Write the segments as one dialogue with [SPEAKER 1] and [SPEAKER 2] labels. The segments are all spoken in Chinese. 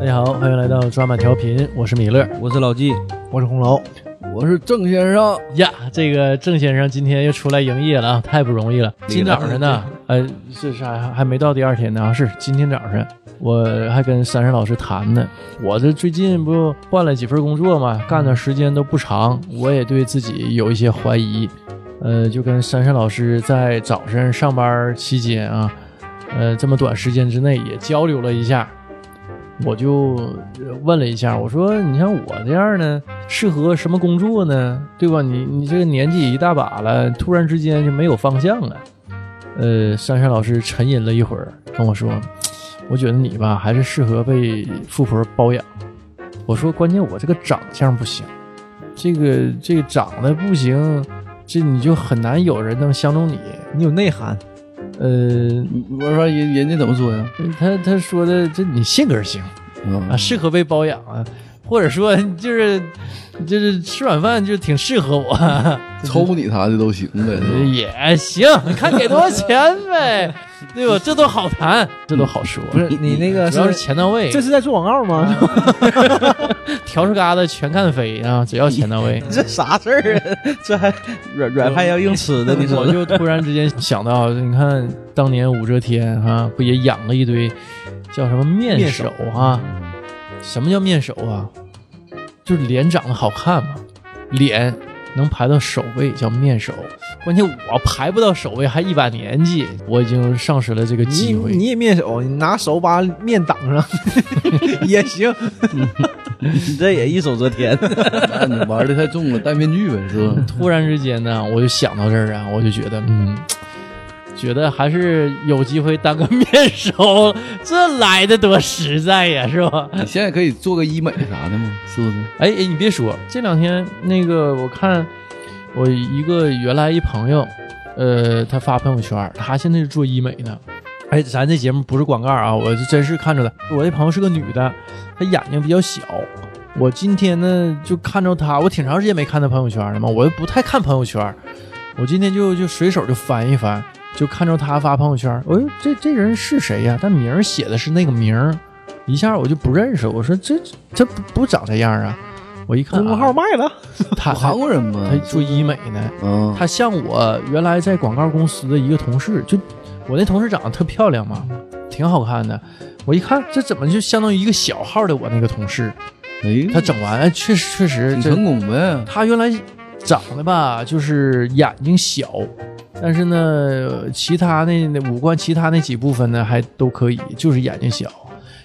[SPEAKER 1] 大家好，欢迎来到抓马调频，我是米勒
[SPEAKER 2] 我是老纪，
[SPEAKER 3] 我是红楼，
[SPEAKER 2] 我是郑先生。
[SPEAKER 1] 呀。这个郑先生今天又出来营业了啊，太不容易了。今早上呢，呃，这是还还没到第二天呢，啊是今天早上，我还跟珊珊老师谈呢。我这最近不换了几份工作嘛，干的时间都不长，我也对自己有一些怀疑。呃，就跟珊珊老师在早上上班期间啊，呃，这么短时间之内也交流了一下。我就呃问了一下，我说：“你像我这样呢，适合什么工作呢？对吧？你你这个年纪一大把了，突然之间就没有方向了。”呃，珊珊老师沉吟了一会儿，跟我说：“我觉得你吧，还是适合被富婆包养。”我说：“关键我这个长相不行，这个这个长得不行，这你就很难有人能相中你。
[SPEAKER 3] 你有内涵，
[SPEAKER 1] 呃，
[SPEAKER 2] 我说人人家怎么说呀？
[SPEAKER 1] 他他说的这你性格行。”啊，适合被包养啊，或者说就是就是吃软饭就挺适合我，
[SPEAKER 2] 抽你他的都行呗。
[SPEAKER 1] 呃也行，看给多少钱呗，对吧？这都好谈，这都好说。
[SPEAKER 3] 不是你那个
[SPEAKER 1] 主要是
[SPEAKER 3] 是啊
[SPEAKER 1] 钱到位，
[SPEAKER 3] 这是在做广告吗？
[SPEAKER 1] 笤帚疙瘩全看飞啊！只要钱到 位，
[SPEAKER 3] 这啥事儿啊？ 这还软软饭要硬吃的，你说
[SPEAKER 1] 我就突然之间想到，你看当年武则天哈、不也养了一堆叫什么面
[SPEAKER 3] 面
[SPEAKER 1] 首啊？什么叫面首啊？就是脸长得好看嘛，脸能排到首位叫面首。关键我排不到首位，还一把年纪，我已经丧失了这个
[SPEAKER 3] 你
[SPEAKER 1] 机会。
[SPEAKER 3] 你也面手，你拿手把面挡上 也行， 你这也一手遮天。
[SPEAKER 2] 那你 玩的太重了，戴面具呗，是吧？
[SPEAKER 1] 突然之间呢，我就想到这儿啊，我就觉得，嗯，觉得还是有机会当个面首，这来的多实在呀，是吧？
[SPEAKER 2] 你现在可以做个医美啥的吗？是不是？
[SPEAKER 1] 哎哎，你别说，这两天那个我看我一个原来一朋友，呃，他发朋友圈，他现在是做医美的。哎，咱这节目不是广告啊，我真是看着的。我这朋友是个女的，她眼睛比较小。我今天呢就看着她，我挺长时间没看她朋友圈了嘛，我又不太看朋友圈，我今天就就随手就翻一翻，就看着她发朋友圈，我、哎、说这这人是谁呀、但名儿写的是那个名儿，一下我就不认识。我说这这不不长这样啊！我一看、啊，
[SPEAKER 3] 公众号卖了，
[SPEAKER 1] 他
[SPEAKER 2] 韩国人吗
[SPEAKER 1] 他？做医美呢，
[SPEAKER 4] 嗯
[SPEAKER 2] 啊，
[SPEAKER 1] 他像我原来在广告公司的一个同事，就我那同事长得特漂亮嘛，挺好看的。我一看，这怎么就相当于一个小号的我那个同事？
[SPEAKER 2] 哎，
[SPEAKER 4] 嗯
[SPEAKER 1] 他整完，哎确实确实
[SPEAKER 2] 挺
[SPEAKER 1] 这
[SPEAKER 2] 成功呗。
[SPEAKER 1] 他原来长得吧，就是眼睛小，但是呢，其他那那五官其他那几部分呢还都可以，就是眼睛小。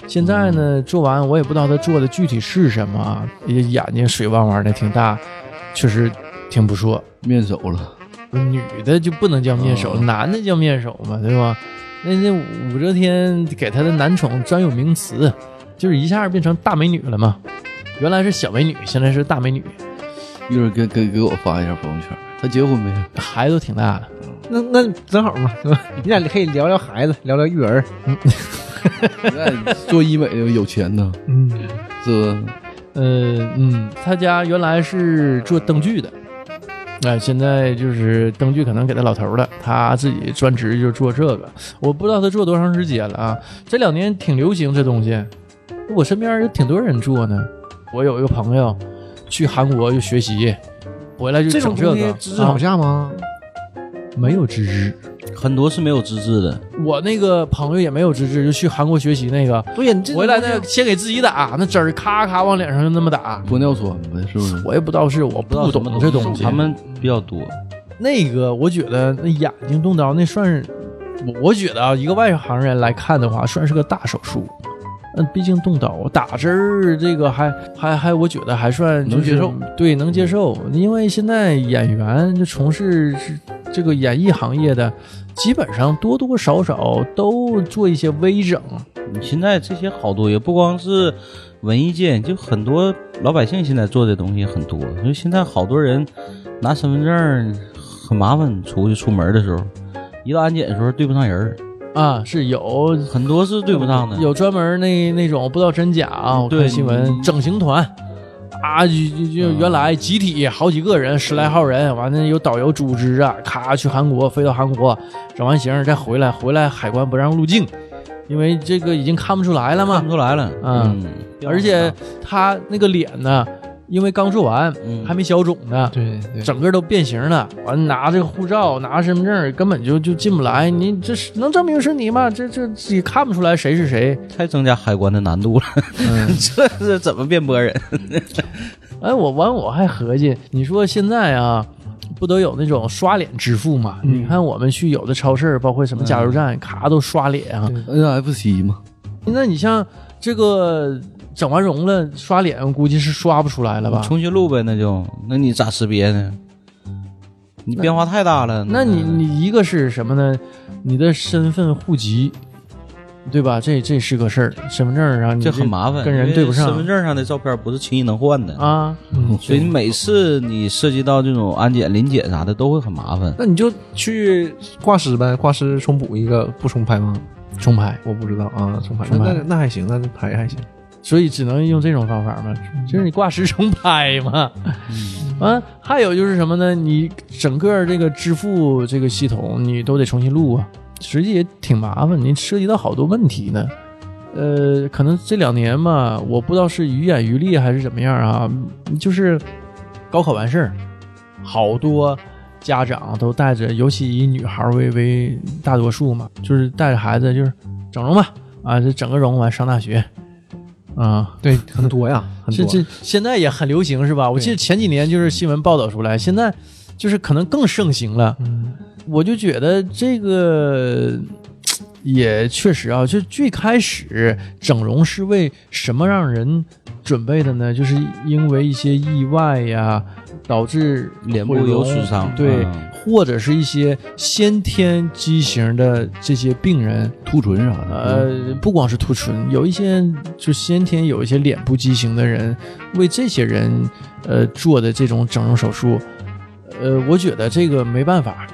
[SPEAKER 1] 现在呢，做完我也不知道他做的具体是什么啊，也眼睛水汪汪的，挺大，确实挺不错。
[SPEAKER 2] 面熟了，
[SPEAKER 1] 女的就不能叫面首，
[SPEAKER 2] 哦
[SPEAKER 1] 男的叫面首嘛，对吧？那那武则天给她的男宠专有名词，就是一下变成大美女了嘛。原来是小美女，现在是大美女，
[SPEAKER 2] 一会儿给给给我发一下朋友圈。他结婚没？
[SPEAKER 1] 孩子都挺大的。
[SPEAKER 3] 那那正好嘛，是吧？你俩可以聊聊孩子，聊聊育儿。
[SPEAKER 2] 那做医美的有钱呢，
[SPEAKER 1] 嗯，
[SPEAKER 2] 是吧？
[SPEAKER 1] 呃，嗯，他家原来是做灯具的，哎、现在就是灯具可能给他老头儿了，他自己专职就做这个。我不知道他做多长时间了啊，这两年挺流行这东西，我身边有挺多人做呢。我有一个朋友去韩国就学习，回来就
[SPEAKER 3] 这种
[SPEAKER 1] 整这
[SPEAKER 3] 东西
[SPEAKER 1] 个，
[SPEAKER 3] 资质好
[SPEAKER 1] 啊、
[SPEAKER 3] 下吗？
[SPEAKER 1] 没有资质。
[SPEAKER 5] 很多是没有资质的，
[SPEAKER 1] 我那个朋友也没有资质，就去韩国学习那个，
[SPEAKER 3] 对呀，你这
[SPEAKER 1] 回来呢先给自己打那汁儿，咔咔往脸上就那么打。
[SPEAKER 2] 玻尿酸呗，是不是？
[SPEAKER 1] 我也不知道是我
[SPEAKER 5] 不知道
[SPEAKER 1] 不
[SPEAKER 5] 什么
[SPEAKER 1] 懂这东西。
[SPEAKER 5] 他们比较多。
[SPEAKER 1] 那个，我觉得那眼睛动刀那算是，我我觉得啊，一个外行人来看的话，算是个大手术。嗯，毕竟动刀打针儿，这个还还还，我觉得还算、
[SPEAKER 2] 能接受，
[SPEAKER 1] 对，能接受。因为现在演员就从事这个演艺行业的，基本上多多少少都做一些微整，
[SPEAKER 5] 你现在这些好多也不光是文艺界，就很多老百姓现在做的东西很多。所以现在好多人拿身份证很麻烦，出去出门的时候，一到安检的时候对不上人儿，
[SPEAKER 1] 啊，是有
[SPEAKER 5] 很多
[SPEAKER 2] 嗯
[SPEAKER 5] 是对不上的。
[SPEAKER 1] 有专门那那种不知道真假啊，我看
[SPEAKER 5] 对
[SPEAKER 1] 新闻整形团，咔就就就原来集体好几个人十来号人，完了有导游组织啊，咔去韩国飞到韩国，整完形儿再回来，回来海关不让入境，因为这个已经看不出来了
[SPEAKER 5] 看
[SPEAKER 1] 嘛
[SPEAKER 5] 不。出来了，
[SPEAKER 1] 嗯
[SPEAKER 5] 嗯，
[SPEAKER 1] 而且他那个脸呢，因为刚做完
[SPEAKER 5] 嗯
[SPEAKER 1] 还没消肿呢，
[SPEAKER 2] 对对，
[SPEAKER 1] 整个都变形了。完拿这个护照，拿身份证根本就就进不来。你这是能证明是你吗？这这也看不出来谁是谁。
[SPEAKER 5] 太增加海关的难度了，
[SPEAKER 1] 嗯
[SPEAKER 5] 这是怎么辩驳人？
[SPEAKER 1] 哎，我完我还合计，你说现在啊，不都有那种刷脸支付嘛？
[SPEAKER 2] 嗯
[SPEAKER 1] 你看我们去有的超市，包括什么加油站，咔都刷脸啊。
[SPEAKER 2] NFC 嘛，
[SPEAKER 1] 那你像这个整完容了刷脸，我估计是刷不出来了吧？
[SPEAKER 5] 重新录呗，那就那你咋识别呢？你变化太大了，嗯
[SPEAKER 1] 那你你一个是什么呢？你的身份户籍，对吧？这这是个事儿，身份证儿啊，你
[SPEAKER 5] 这很麻烦，
[SPEAKER 1] 跟人对不上
[SPEAKER 5] 因为身份证上的照片不是轻易能换的，
[SPEAKER 1] 啊。
[SPEAKER 5] 所以你每次你涉及到这种安检、临检啥的，都会很麻烦。
[SPEAKER 2] 那你就去挂失呗，挂失重补一个，不重拍吗？
[SPEAKER 1] 重拍，
[SPEAKER 2] 我不知道啊，重拍
[SPEAKER 1] 重拍
[SPEAKER 2] 那那还行，那就拍还行。
[SPEAKER 1] 所以只能用这种方法嘛，就是你挂时重拍嘛。完、还有就是什么呢？你整个这个支付这个系统，你都得重新录啊，实际也挺麻烦，你涉及到好多问题呢。呃，可能这两年嘛，我不知道是于眼于力还是怎么样啊，就是高考完事儿，好多家长都带着，尤其以女孩儿为为大多数嘛，就是带着孩子就是整容吧，啊，这整个容完上大学，啊，
[SPEAKER 2] 对， 很多呀，很
[SPEAKER 1] 这
[SPEAKER 2] 多。
[SPEAKER 1] 这现在也很流行是吧？我记得前几年就是新闻报道出来，现在就是可能更盛行了。
[SPEAKER 2] 嗯
[SPEAKER 1] 我就觉得这个也确实啊，就最开始整容是为什么让人准备的呢？就是因为一些意外呀，导致
[SPEAKER 5] 脸部
[SPEAKER 1] 毁容
[SPEAKER 5] 有损伤
[SPEAKER 1] 对
[SPEAKER 5] 嗯，
[SPEAKER 1] 或者是一些先天畸形的这些病人，
[SPEAKER 2] 兔唇啥的，
[SPEAKER 1] 呃，不光是凸唇，有一些就先天有一些脸部畸形的人，为这些人呃做的这种整容手术，呃，我觉得这个没办法，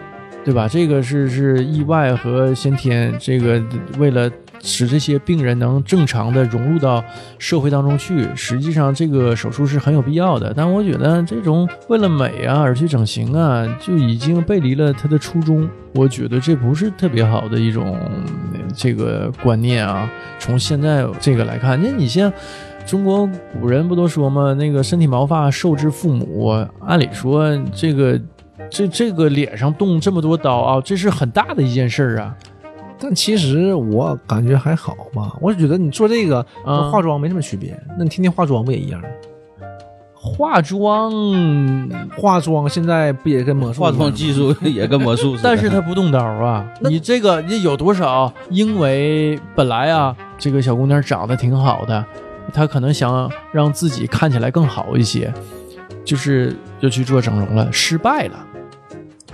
[SPEAKER 1] 对吧？这个是是意外和先天，这个为了使这些病人能正常的融入到社会当中去，实际上这个手术是很有必要的。但我觉得这种为了美啊而去整形啊，就已经背离了他的初衷。我觉得这不是特别好的一种呃这个观念啊。从现在这个来看，那你像。中国古人不都说吗？那个身体毛发受之父母，按理说这个这这个脸上动这么多刀啊，这是很大的一件事儿啊。
[SPEAKER 2] 但其实我感觉还好吧，我觉得你做这个
[SPEAKER 1] 啊
[SPEAKER 2] 和化妆没什么区别，那你天天化妆不也一样？
[SPEAKER 1] 化妆，
[SPEAKER 2] 化妆现在不也跟魔术一
[SPEAKER 5] 化
[SPEAKER 2] 样吗？
[SPEAKER 5] 妆技术也跟魔术似的，
[SPEAKER 1] 但是他不动刀啊。你这个你有多少？因为本来啊，这个小姑娘长得挺好的，她可能想让自己看起来更好一些，就是就去做整容了，失败了。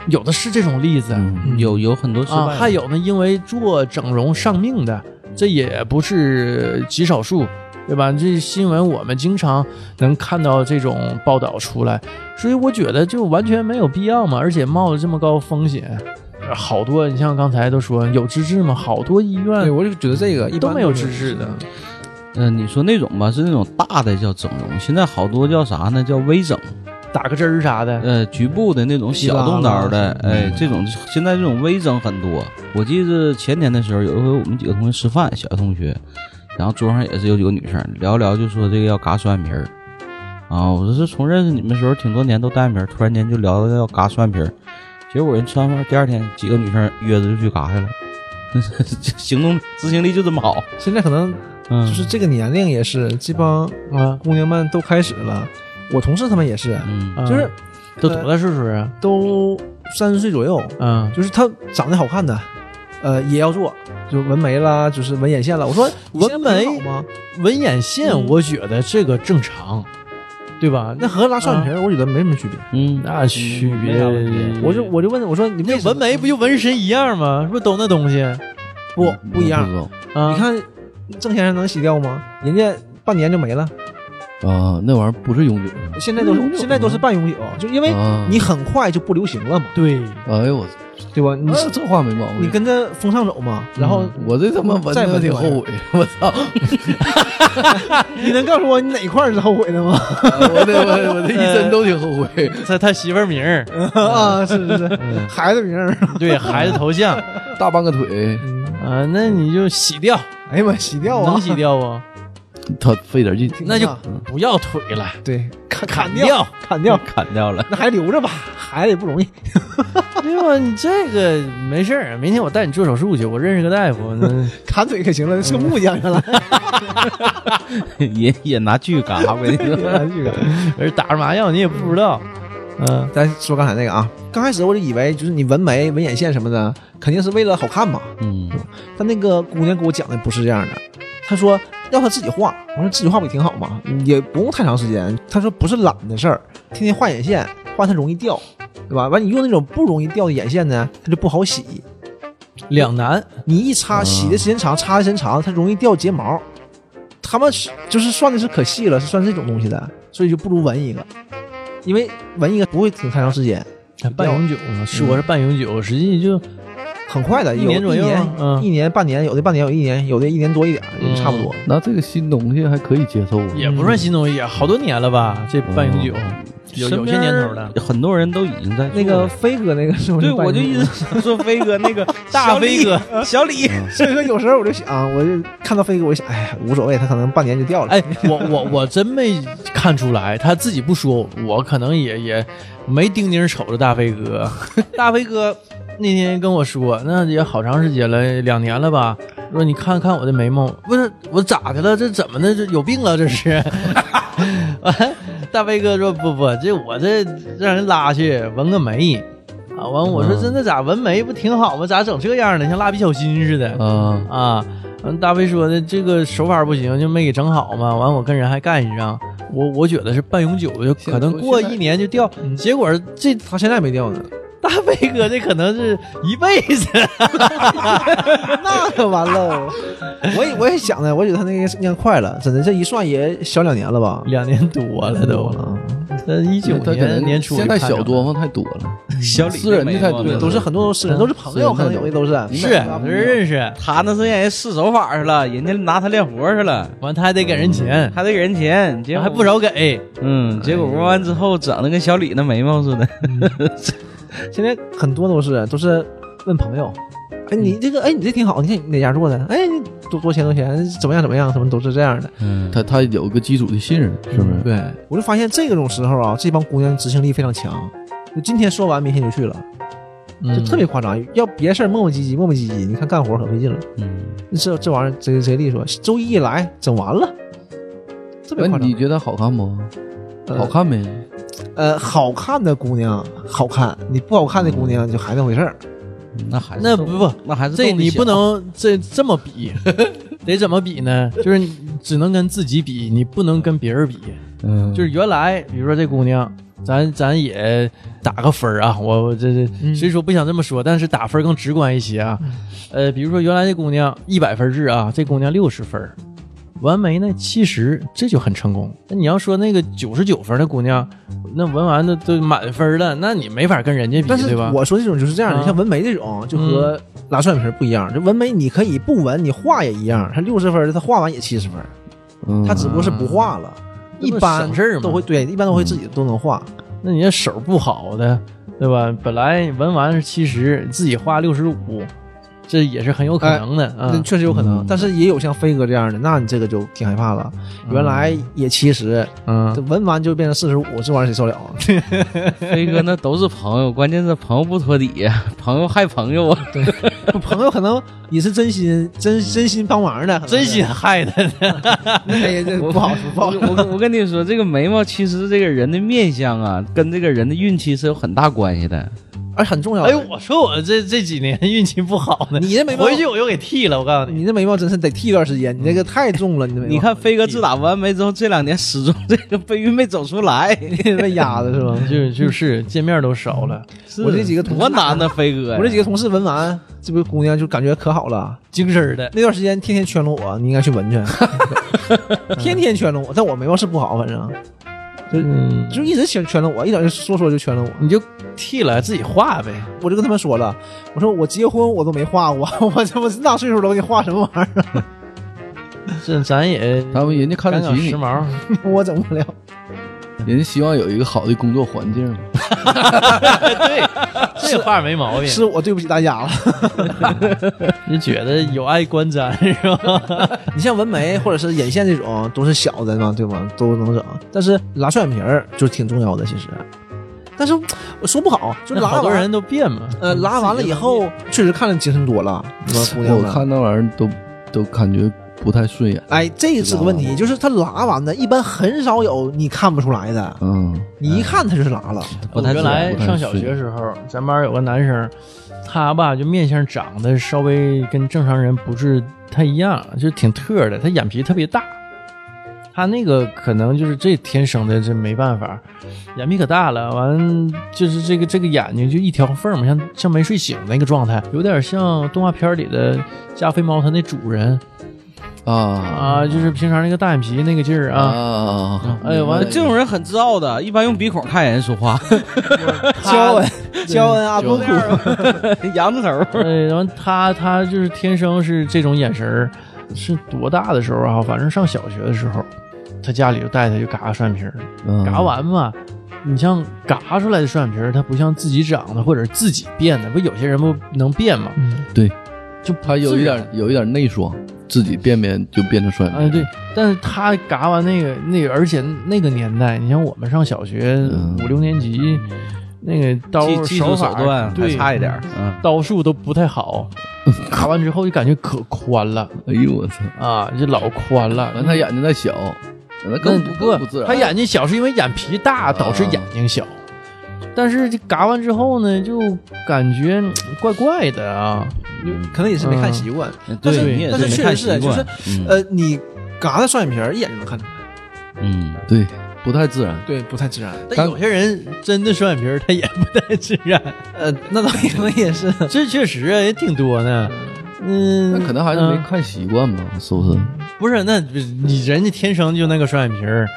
[SPEAKER 1] 有的是这种例子，
[SPEAKER 5] 嗯有有很多失败
[SPEAKER 1] 啊，
[SPEAKER 5] 的，
[SPEAKER 1] 还有呢，因为做整容丧命的，这也不是极少数，对吧？这新闻我们经常能看到这种报道出来，所以我觉得就完全没有必要嘛，而且冒着这么高风险，呃好多你像刚才都说有资质吗？好多医
[SPEAKER 2] 对，
[SPEAKER 1] 院
[SPEAKER 2] 我就觉得这个一般
[SPEAKER 1] 都没有
[SPEAKER 2] 是
[SPEAKER 1] 资质的，
[SPEAKER 5] 嗯、你说那种吧，是那种大的叫整容，现在好多叫啥呢？叫微整，
[SPEAKER 1] 打个针儿啥的，
[SPEAKER 5] 呃，局部的那种小动刀的，哎，
[SPEAKER 4] 嗯
[SPEAKER 5] 这种现在这种微整很多。我记得前年的时候，有一回我们几个同学吃饭，小学同学，然后桌上也是有几个女生，聊一聊就说这个要嘎双眼皮儿，啊，我说是从认识你们的时候挺多年都单眼皮儿，突然间就聊到要嘎双眼皮儿，结果人吃完饭第二天几个女生约着就去嘎去了， 行动执行力就这么好，
[SPEAKER 2] 现在可能
[SPEAKER 5] 嗯，
[SPEAKER 2] 就是这个年龄也是，这帮
[SPEAKER 1] 啊，
[SPEAKER 2] 姑娘们都开始了。我同事他们也是，
[SPEAKER 5] 嗯
[SPEAKER 1] 啊
[SPEAKER 2] 就是
[SPEAKER 1] 都多大岁数啊？
[SPEAKER 2] 都三十岁左右，
[SPEAKER 1] 嗯，
[SPEAKER 2] 就是她长得好看的，呃，也要做，就纹眉啦，就是纹眼线了。我说你现在
[SPEAKER 1] 纹眉
[SPEAKER 2] 纹好吗？
[SPEAKER 1] 纹眼线，我觉得这个正常，对吧？
[SPEAKER 2] 那
[SPEAKER 1] 那
[SPEAKER 2] 和拉双眼
[SPEAKER 1] 啊
[SPEAKER 2] 皮儿，我觉得没什么区别。
[SPEAKER 5] 嗯，
[SPEAKER 1] 那区别
[SPEAKER 5] 没啥问题，
[SPEAKER 2] 我就我就问她我说你
[SPEAKER 1] 那
[SPEAKER 2] 为什么
[SPEAKER 1] 纹眉不就纹身一样吗？是不是都那东西
[SPEAKER 2] 不不一样？
[SPEAKER 1] 啊？
[SPEAKER 2] 你看郑先生能洗掉吗？人家半年就没了，
[SPEAKER 4] 啊，那玩意儿不是永久的。
[SPEAKER 2] 现在都是现在都是半永久，就因为
[SPEAKER 4] 啊
[SPEAKER 2] 你很快就不流行了嘛，
[SPEAKER 1] 对，
[SPEAKER 4] 哎呦我，
[SPEAKER 2] 对吧？
[SPEAKER 1] 啊
[SPEAKER 2] 你
[SPEAKER 4] 那这话没毛病。
[SPEAKER 2] 你跟着风尚走嘛，
[SPEAKER 1] 嗯
[SPEAKER 2] 然后
[SPEAKER 4] 我这他妈闻
[SPEAKER 2] 再
[SPEAKER 4] 着
[SPEAKER 2] 闻
[SPEAKER 4] 挺
[SPEAKER 2] 这玩意儿
[SPEAKER 4] 后悔，我操！
[SPEAKER 2] 你能告诉我你哪块儿是后悔的 吗？
[SPEAKER 4] 我这我我这一身都挺后悔。
[SPEAKER 1] 他他媳妇儿名儿，
[SPEAKER 2] 啊，是是是，
[SPEAKER 1] 嗯
[SPEAKER 2] 孩子名儿，
[SPEAKER 1] 对孩子头像
[SPEAKER 4] 大半个腿，
[SPEAKER 1] 啊，那你就洗掉，
[SPEAKER 2] 哎呀妈，洗掉啊，
[SPEAKER 1] 能洗掉不？
[SPEAKER 4] 他费点劲。
[SPEAKER 2] 挺
[SPEAKER 1] 那就
[SPEAKER 2] 大
[SPEAKER 1] 不要腿了，
[SPEAKER 2] 对砍砍
[SPEAKER 1] 砍 掉，
[SPEAKER 2] 砍掉，
[SPEAKER 5] 砍掉了。
[SPEAKER 2] 那还留着吧，孩子也不容易。
[SPEAKER 1] 对吧？你这个没事儿，明天我带你做手术去，我认识个大夫， 那
[SPEAKER 2] 砍腿可行了，是个木匠原来。
[SPEAKER 5] 也也拿锯嘎 呗，嗯你说
[SPEAKER 1] 而打着麻药你也不知道，嗯，
[SPEAKER 2] 咱说刚才那个啊，刚开始我就以为就是你纹眉、纹眼线什么的，肯定是为了好看嘛。
[SPEAKER 5] 嗯，
[SPEAKER 2] 但那个姑娘给我讲的不是这样的，她说要她自己画，我说自己画不也挺好吗？也不用太长时间。她说不是懒的事儿，天天画眼线，画它容易掉，对吧？完你用那种不容易掉的眼线呢，它就不好洗。
[SPEAKER 1] 两难，
[SPEAKER 2] 你一擦洗的时间长，擦的时间长，它容易掉睫毛。他们是就是算的是可细了，是算这种东西的，所以就不如纹一个，因为纹一个不会挺太长时间，
[SPEAKER 1] 半永久嘛，说是
[SPEAKER 2] 嗯
[SPEAKER 1] 半永久，实际就
[SPEAKER 2] 很快的，有
[SPEAKER 1] 一年左右
[SPEAKER 2] 一
[SPEAKER 1] 啊
[SPEAKER 2] 年、
[SPEAKER 1] 嗯
[SPEAKER 2] 一年半年，有的半年，有的一年，有的一年多一点，也差不多。
[SPEAKER 4] 那这个新东西还可以接受啊，
[SPEAKER 1] 也不算新东
[SPEAKER 2] 嗯
[SPEAKER 1] 西，好多年了吧？这半永久有有些年头了。，
[SPEAKER 5] 很多人都已经在做
[SPEAKER 2] 那个
[SPEAKER 5] 了。
[SPEAKER 2] 飞哥那个是不是
[SPEAKER 5] 对，
[SPEAKER 2] 半年？
[SPEAKER 5] 我就一直想说飞哥那个
[SPEAKER 1] 大飞哥，
[SPEAKER 5] 小李，
[SPEAKER 2] 所以说有时候我就想，啊我就看到飞哥，我就想，哎，无所谓，他可能半年就掉了。
[SPEAKER 1] 哎，我我我真没看出来，他自己不说，我可能也也没盯盯瞅着大飞哥。 大飞哥那天跟我说，那也好长时间了，两年了吧？说你看看我的眉毛，不是我咋的了？这怎么的？这有病了？这是？ 大飞哥说不不，这我这让人拉去纹个眉。啊，完我说这那咋纹眉不挺好吗？咋整这样的，像蜡笔小新似的？
[SPEAKER 4] 啊，
[SPEAKER 1] 啊，嗯，大飞说的这个手法不行，就没给整好嘛。完，我跟人还干一仗，我我觉得是半永久，就可能过一年就掉。
[SPEAKER 4] 嗯
[SPEAKER 1] 结果这
[SPEAKER 2] 他现在没掉呢，
[SPEAKER 1] 大飞哥这可能是一辈子。
[SPEAKER 2] 那可完喽。我也我也想呢，我觉得他那个时间快了，真的，这一算也小两年了吧？
[SPEAKER 1] 两年多了都，那一九
[SPEAKER 4] 嗯他可
[SPEAKER 1] 年
[SPEAKER 4] 能
[SPEAKER 1] 年初
[SPEAKER 4] 现在小
[SPEAKER 1] 多
[SPEAKER 4] 琢磨太多了，
[SPEAKER 5] 小李
[SPEAKER 4] 私人的太多
[SPEAKER 5] 对
[SPEAKER 4] 了，
[SPEAKER 2] 都是很多都是人，都是朋友，可能有的都是。啊
[SPEAKER 1] 是
[SPEAKER 4] 啊
[SPEAKER 1] 人认识，
[SPEAKER 5] 他那是让人试手法去了，人家拿他练活去了，
[SPEAKER 1] 完他还得给人钱，
[SPEAKER 5] 还得给人钱，结果
[SPEAKER 1] 还不。少给。
[SPEAKER 5] 嗯，结果纹完之后长得跟小李那眉毛似的，
[SPEAKER 2] 现在很多都是都是问朋友，哎，你这个哎，你这挺好，你看你哪家做的？哎，你多多钱多钱，怎么样怎么样，什么都是这样的。
[SPEAKER 5] 嗯，
[SPEAKER 4] 他他有个基础的信任，是不是？
[SPEAKER 2] 对，我就发现这种时候啊，这帮姑娘执行力非常强，就今天说完，明天就去了，就
[SPEAKER 1] 嗯
[SPEAKER 2] 特别夸张。要别事儿磨磨唧唧，磨磨唧唧，你看干活可费劲了。
[SPEAKER 5] 嗯，
[SPEAKER 2] 这这玩意儿，贼贼利索，周一一来整完了，特别
[SPEAKER 4] 那
[SPEAKER 2] 夸张
[SPEAKER 4] 哎你。觉得好看不？
[SPEAKER 2] 呃
[SPEAKER 4] 好看呗，
[SPEAKER 2] 呃，好看的姑娘好看，你不好看的姑娘就还那回事儿。
[SPEAKER 5] 那还是
[SPEAKER 1] 那
[SPEAKER 5] 动
[SPEAKER 1] 不不，
[SPEAKER 5] 那还是
[SPEAKER 1] 这
[SPEAKER 5] 动力
[SPEAKER 1] 你
[SPEAKER 5] 小
[SPEAKER 1] 不能这这么比， 得怎么比呢？就是你只能跟自己比，你不能跟别人比。
[SPEAKER 4] 嗯，
[SPEAKER 1] 就是原来，比如说这姑娘，咱咱也打个分儿啊，我我这这
[SPEAKER 2] 嗯
[SPEAKER 1] 虽说不想这么说，但是打分儿更直观一些啊。呃，比如说原来这姑娘一百分制啊，这姑娘六十分儿，纹眉呢七十，这就很成功。那你要说那个九十九分儿的姑娘，那纹完的都满分儿了，那你没法跟人家比
[SPEAKER 2] 但，是
[SPEAKER 1] 对吧？嗯
[SPEAKER 2] 我说这种就是这样的，
[SPEAKER 1] 啊
[SPEAKER 2] 像纹眉这种就和拉蒜皮儿不一样。这纹眉你可以不纹，你画也一样。他六十分儿的，他画完也七十分儿，
[SPEAKER 4] 嗯
[SPEAKER 2] 他只不过是不画了。
[SPEAKER 1] 那
[SPEAKER 2] 一
[SPEAKER 1] 不
[SPEAKER 2] 般
[SPEAKER 1] 省事儿吗嗯
[SPEAKER 2] 都会对，一般都会自己都能画。
[SPEAKER 1] 那你这手不好的，对吧？本来纹完是七十，自己画六十五，这也是很有可能的啊
[SPEAKER 2] 哎那。确实有可能，
[SPEAKER 4] 嗯
[SPEAKER 2] 但是也有像飞哥这样的，那你这个就挺害怕了。原来也七十，
[SPEAKER 1] 嗯
[SPEAKER 2] 这，纹完就变成四十五，这玩意儿谁受了 啊？
[SPEAKER 5] 飞哥那都是朋友，关键是朋友不托底呀，朋友害朋友啊。
[SPEAKER 2] 朋友可能也是真心真真心帮忙的，可能
[SPEAKER 1] 嗯
[SPEAKER 2] 是
[SPEAKER 1] 真心，啊害的。
[SPEAKER 2] 哎呀，这不好说，不
[SPEAKER 5] 我
[SPEAKER 2] 好说。
[SPEAKER 5] 我我跟你说，这个眉毛其实这个人的面相啊，跟这个人的运气是有很大关系的。
[SPEAKER 2] 而且很重要的。
[SPEAKER 1] 哎，我说我这这几年运气不好呢，
[SPEAKER 2] 你这眉毛
[SPEAKER 1] 回去我又嗯给剃了。我告诉你，
[SPEAKER 2] 你那眉毛真是得剃一段时间，你这个太重了，你的眉毛
[SPEAKER 5] 你看飞哥自打完眉之后，这两年始终这个备孕没走出来。
[SPEAKER 2] 被压的是吧？
[SPEAKER 1] 嗯就就是见面都少了，
[SPEAKER 2] 我这几个同
[SPEAKER 5] 多
[SPEAKER 2] 事
[SPEAKER 5] 难呢，飞哥呀！
[SPEAKER 2] 我这几个同事闻完，这不姑娘就感觉可好了。
[SPEAKER 1] 精神儿的。
[SPEAKER 2] 那段时间天天圈拢我，你应该去 闻去，天天圈拢我。但我眉毛是不好，反正
[SPEAKER 1] 嗯，
[SPEAKER 2] 就一直圈圈拢我，一点就说说就圈拢我。
[SPEAKER 1] 你就剃了自己画呗。
[SPEAKER 2] 我就跟他们说了，我说我结婚我都没画过， 我这不大岁数了，我给你画什么玩意儿啊？
[SPEAKER 1] 这咱也
[SPEAKER 4] 他们人家看得
[SPEAKER 1] 赶
[SPEAKER 4] 起
[SPEAKER 1] 紧
[SPEAKER 4] 你
[SPEAKER 1] 时，髦，
[SPEAKER 2] 我整不了。
[SPEAKER 4] 人家希望有一个好的工作环境。
[SPEAKER 1] 这话没毛病。
[SPEAKER 2] 是我对不起大家了。
[SPEAKER 1] 你觉得有碍观瞻是吧？
[SPEAKER 2] 你像纹眉或者是眼线这种，都是小的嘛，对吗？都能整。但是拉双眼皮儿就挺重要的，其实。但是我说不好，就
[SPEAKER 1] 那
[SPEAKER 2] 拉
[SPEAKER 1] 好多
[SPEAKER 2] 完
[SPEAKER 1] 人都变嘛。
[SPEAKER 2] 呃，拉完了以后，确实看着精神多了，是吧姑娘
[SPEAKER 4] 我
[SPEAKER 2] 们。
[SPEAKER 4] 看那玩意儿都都感觉不太顺眼。
[SPEAKER 2] 哎，这是个问题，就是他拉完的，一般很少有你看不出来的，
[SPEAKER 4] 嗯，
[SPEAKER 2] 你一看他就是拉了。
[SPEAKER 5] 不太
[SPEAKER 1] 原
[SPEAKER 5] 自然
[SPEAKER 1] 来上小学的时候，咱班有个男生，他吧就面相长得稍微跟正常人不是太一样，就是挺特的，他眼皮特别大。他那个可能就是这天生的，这没办法，眼皮可大了，完就是这个这个眼睛就一条缝儿，像像没睡醒那个状态，有点像动画片里的加菲猫它那主人
[SPEAKER 4] 啊
[SPEAKER 1] 啊，就是平常那个大眼皮那个劲儿啊，
[SPEAKER 4] 啊！
[SPEAKER 1] 哎完
[SPEAKER 4] 明白
[SPEAKER 5] 这种人很自傲的，一般用鼻孔看人说话，
[SPEAKER 2] 肖恩，肖恩阿波库，
[SPEAKER 5] 扬着头。
[SPEAKER 1] 呃，然后他他就是天生是这种眼神儿，是多大的时候啊？反正上小学的时候，他家里就带他去嘎双眼皮儿，
[SPEAKER 4] 嗯
[SPEAKER 1] 嘎完嘛，你像嘎出来的双眼皮儿，它不像自己长的或者自己变的，不有些人不能变吗？
[SPEAKER 4] 对，
[SPEAKER 1] 就
[SPEAKER 4] 他有一
[SPEAKER 1] 自
[SPEAKER 4] 点有一点内双，自己变变就变成双
[SPEAKER 1] 然，哎
[SPEAKER 4] 眼皮。
[SPEAKER 1] 对，但是他嘎完那个那个，而且那个年代，你像我们上小学
[SPEAKER 4] 嗯
[SPEAKER 1] 五六年级，那个刀
[SPEAKER 5] 技技术
[SPEAKER 1] 法
[SPEAKER 5] 手段还
[SPEAKER 1] 对
[SPEAKER 5] 差一点儿，嗯，
[SPEAKER 1] 刀术都不太 好，嘎完之后就感觉可宽了。
[SPEAKER 4] 哎呦我操！
[SPEAKER 1] 啊，这老宽了。
[SPEAKER 4] 完他眼睛再小，那更
[SPEAKER 1] 那
[SPEAKER 4] 更不自然。
[SPEAKER 1] 他眼睛小是因为眼皮大导致眼睛小，但是这嘎完之后呢，就感觉嗯怪怪的啊。
[SPEAKER 2] 可能也是没看习惯。但是
[SPEAKER 5] 对，你也
[SPEAKER 2] 但是
[SPEAKER 5] 没
[SPEAKER 2] 确
[SPEAKER 5] 看
[SPEAKER 2] 实是
[SPEAKER 5] 习惯，嗯
[SPEAKER 2] 呃，你嘎的双眼皮儿一眼就能看出来，
[SPEAKER 5] 嗯，
[SPEAKER 4] 对不太自然。
[SPEAKER 2] 对，不太自然。
[SPEAKER 1] 但有些人真的双眼皮儿，他也不太自然，
[SPEAKER 2] 呃，那倒可能也 是。
[SPEAKER 1] 这确实啊也挺多呢。嗯，
[SPEAKER 4] 那可能还是没
[SPEAKER 1] 嗯
[SPEAKER 4] 看习惯吧，是不是？
[SPEAKER 1] 不是，那你人家天生就那个双眼皮儿，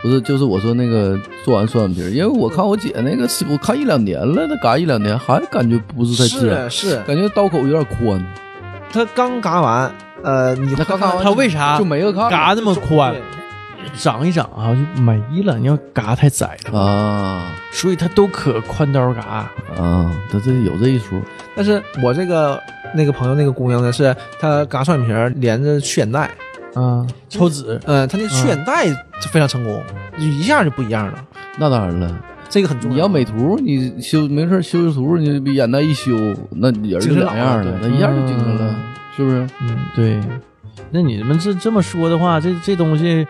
[SPEAKER 4] 不是，就是我说那个做完双眼皮儿，因为我看我姐那个是，我看一两年了，那嘎一两年还感觉不是太自
[SPEAKER 1] 啊
[SPEAKER 4] 然，
[SPEAKER 2] 是是，
[SPEAKER 4] 感觉刀口有点宽。
[SPEAKER 2] 他刚嘎完，呃，你
[SPEAKER 4] 那刚嘎完
[SPEAKER 1] 他为啥
[SPEAKER 4] 就没个看
[SPEAKER 1] 嘎那么宽
[SPEAKER 2] 对？
[SPEAKER 1] 长一长啊，就没了。你要嘎太窄了，
[SPEAKER 4] 啊
[SPEAKER 1] 所以他都可宽刀嘎。
[SPEAKER 4] 啊！他这有这一说，
[SPEAKER 2] 但是我这个那个朋友那个姑娘呢，是她嘎双眼皮儿连着去眼袋，
[SPEAKER 1] 嗯，抽脂
[SPEAKER 2] 呃，她那去眼袋就非常成功，就一下就不一样了，
[SPEAKER 4] 那当然了。
[SPEAKER 2] 这个很重
[SPEAKER 4] 你要
[SPEAKER 2] 要。
[SPEAKER 4] 美图，你修没事儿修修图，你比眼袋一修，那人就两样了，那一样就精神了，是不是？
[SPEAKER 1] 嗯，对。那你们这这么说的话，这这东西